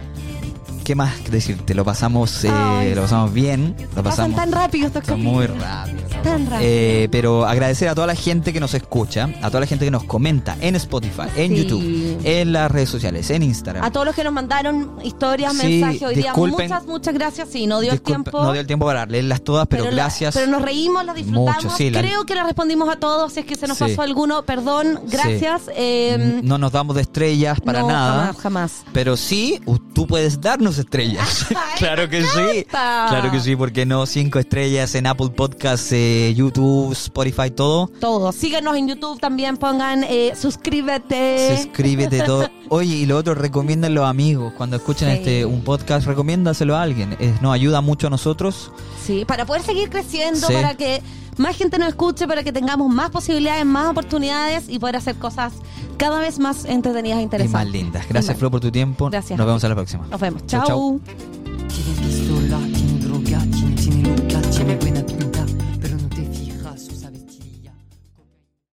[SPEAKER 1] ¿qué más decirte? Lo pasamos, eh,
[SPEAKER 2] Ay,
[SPEAKER 1] lo pasamos bien, lo
[SPEAKER 2] Pasan
[SPEAKER 1] pasamos
[SPEAKER 2] tan rápido estos
[SPEAKER 1] Está muy
[SPEAKER 2] capítulos.
[SPEAKER 1] rápido.
[SPEAKER 2] Tan rápido.
[SPEAKER 1] Eh, pero agradecer a toda la gente que nos escucha, a toda la gente que nos comenta en Spotify, en
[SPEAKER 2] Sí.
[SPEAKER 1] YouTube, en las redes sociales, en Instagram.
[SPEAKER 2] A todos los que nos mandaron historias,
[SPEAKER 1] Sí,
[SPEAKER 2] mensajes hoy día,
[SPEAKER 1] disculpen.
[SPEAKER 2] muchas, muchas gracias. Sí, no dio
[SPEAKER 1] Disculpa,
[SPEAKER 2] el tiempo.
[SPEAKER 1] No dio el tiempo para leerlas todas, pero,
[SPEAKER 2] la-
[SPEAKER 1] gracias.
[SPEAKER 2] pero nos reímos, las disfrutamos.
[SPEAKER 1] Mucho, sí, la-
[SPEAKER 2] Creo que las respondimos a todos. Si es que se nos
[SPEAKER 1] Sí.
[SPEAKER 2] pasó alguno, perdón. Gracias. eh,
[SPEAKER 1] no nos damos de estrellas para
[SPEAKER 2] no,
[SPEAKER 1] nada.
[SPEAKER 2] Jamás, jamás.
[SPEAKER 1] Pero sí, u- tú puedes darnos estrellas.
[SPEAKER 2] Ay,
[SPEAKER 1] claro que sí.
[SPEAKER 2] encanta.
[SPEAKER 1] Claro que sí, porque no cinco estrellas en Apple Podcasts, eh, YouTube, Spotify, todo.
[SPEAKER 2] Todo. Síguenos en YouTube también. Pongan eh, suscríbete.
[SPEAKER 1] Suscríbete todo. Oye, y lo otro, recomienden los amigos. Cuando escuchen
[SPEAKER 2] Sí.
[SPEAKER 1] este un podcast, recomiéndaselo a alguien. Eh, nos ayuda mucho a nosotros.
[SPEAKER 2] Sí, para poder seguir creciendo,
[SPEAKER 1] Sí.
[SPEAKER 2] para que más gente nos escuche, para que tengamos más posibilidades, más oportunidades y poder hacer cosas cada vez más entretenidas e
[SPEAKER 1] Y
[SPEAKER 2] interesantes.
[SPEAKER 1] más lindas. Gracias,
[SPEAKER 2] Y más
[SPEAKER 1] Flo, por tu tiempo.
[SPEAKER 2] Gracias.
[SPEAKER 1] Nos vemos a la próxima.
[SPEAKER 2] Nos vemos.
[SPEAKER 1] Chau, chau.
[SPEAKER 2] Chau.
[SPEAKER 3] Tienen visto la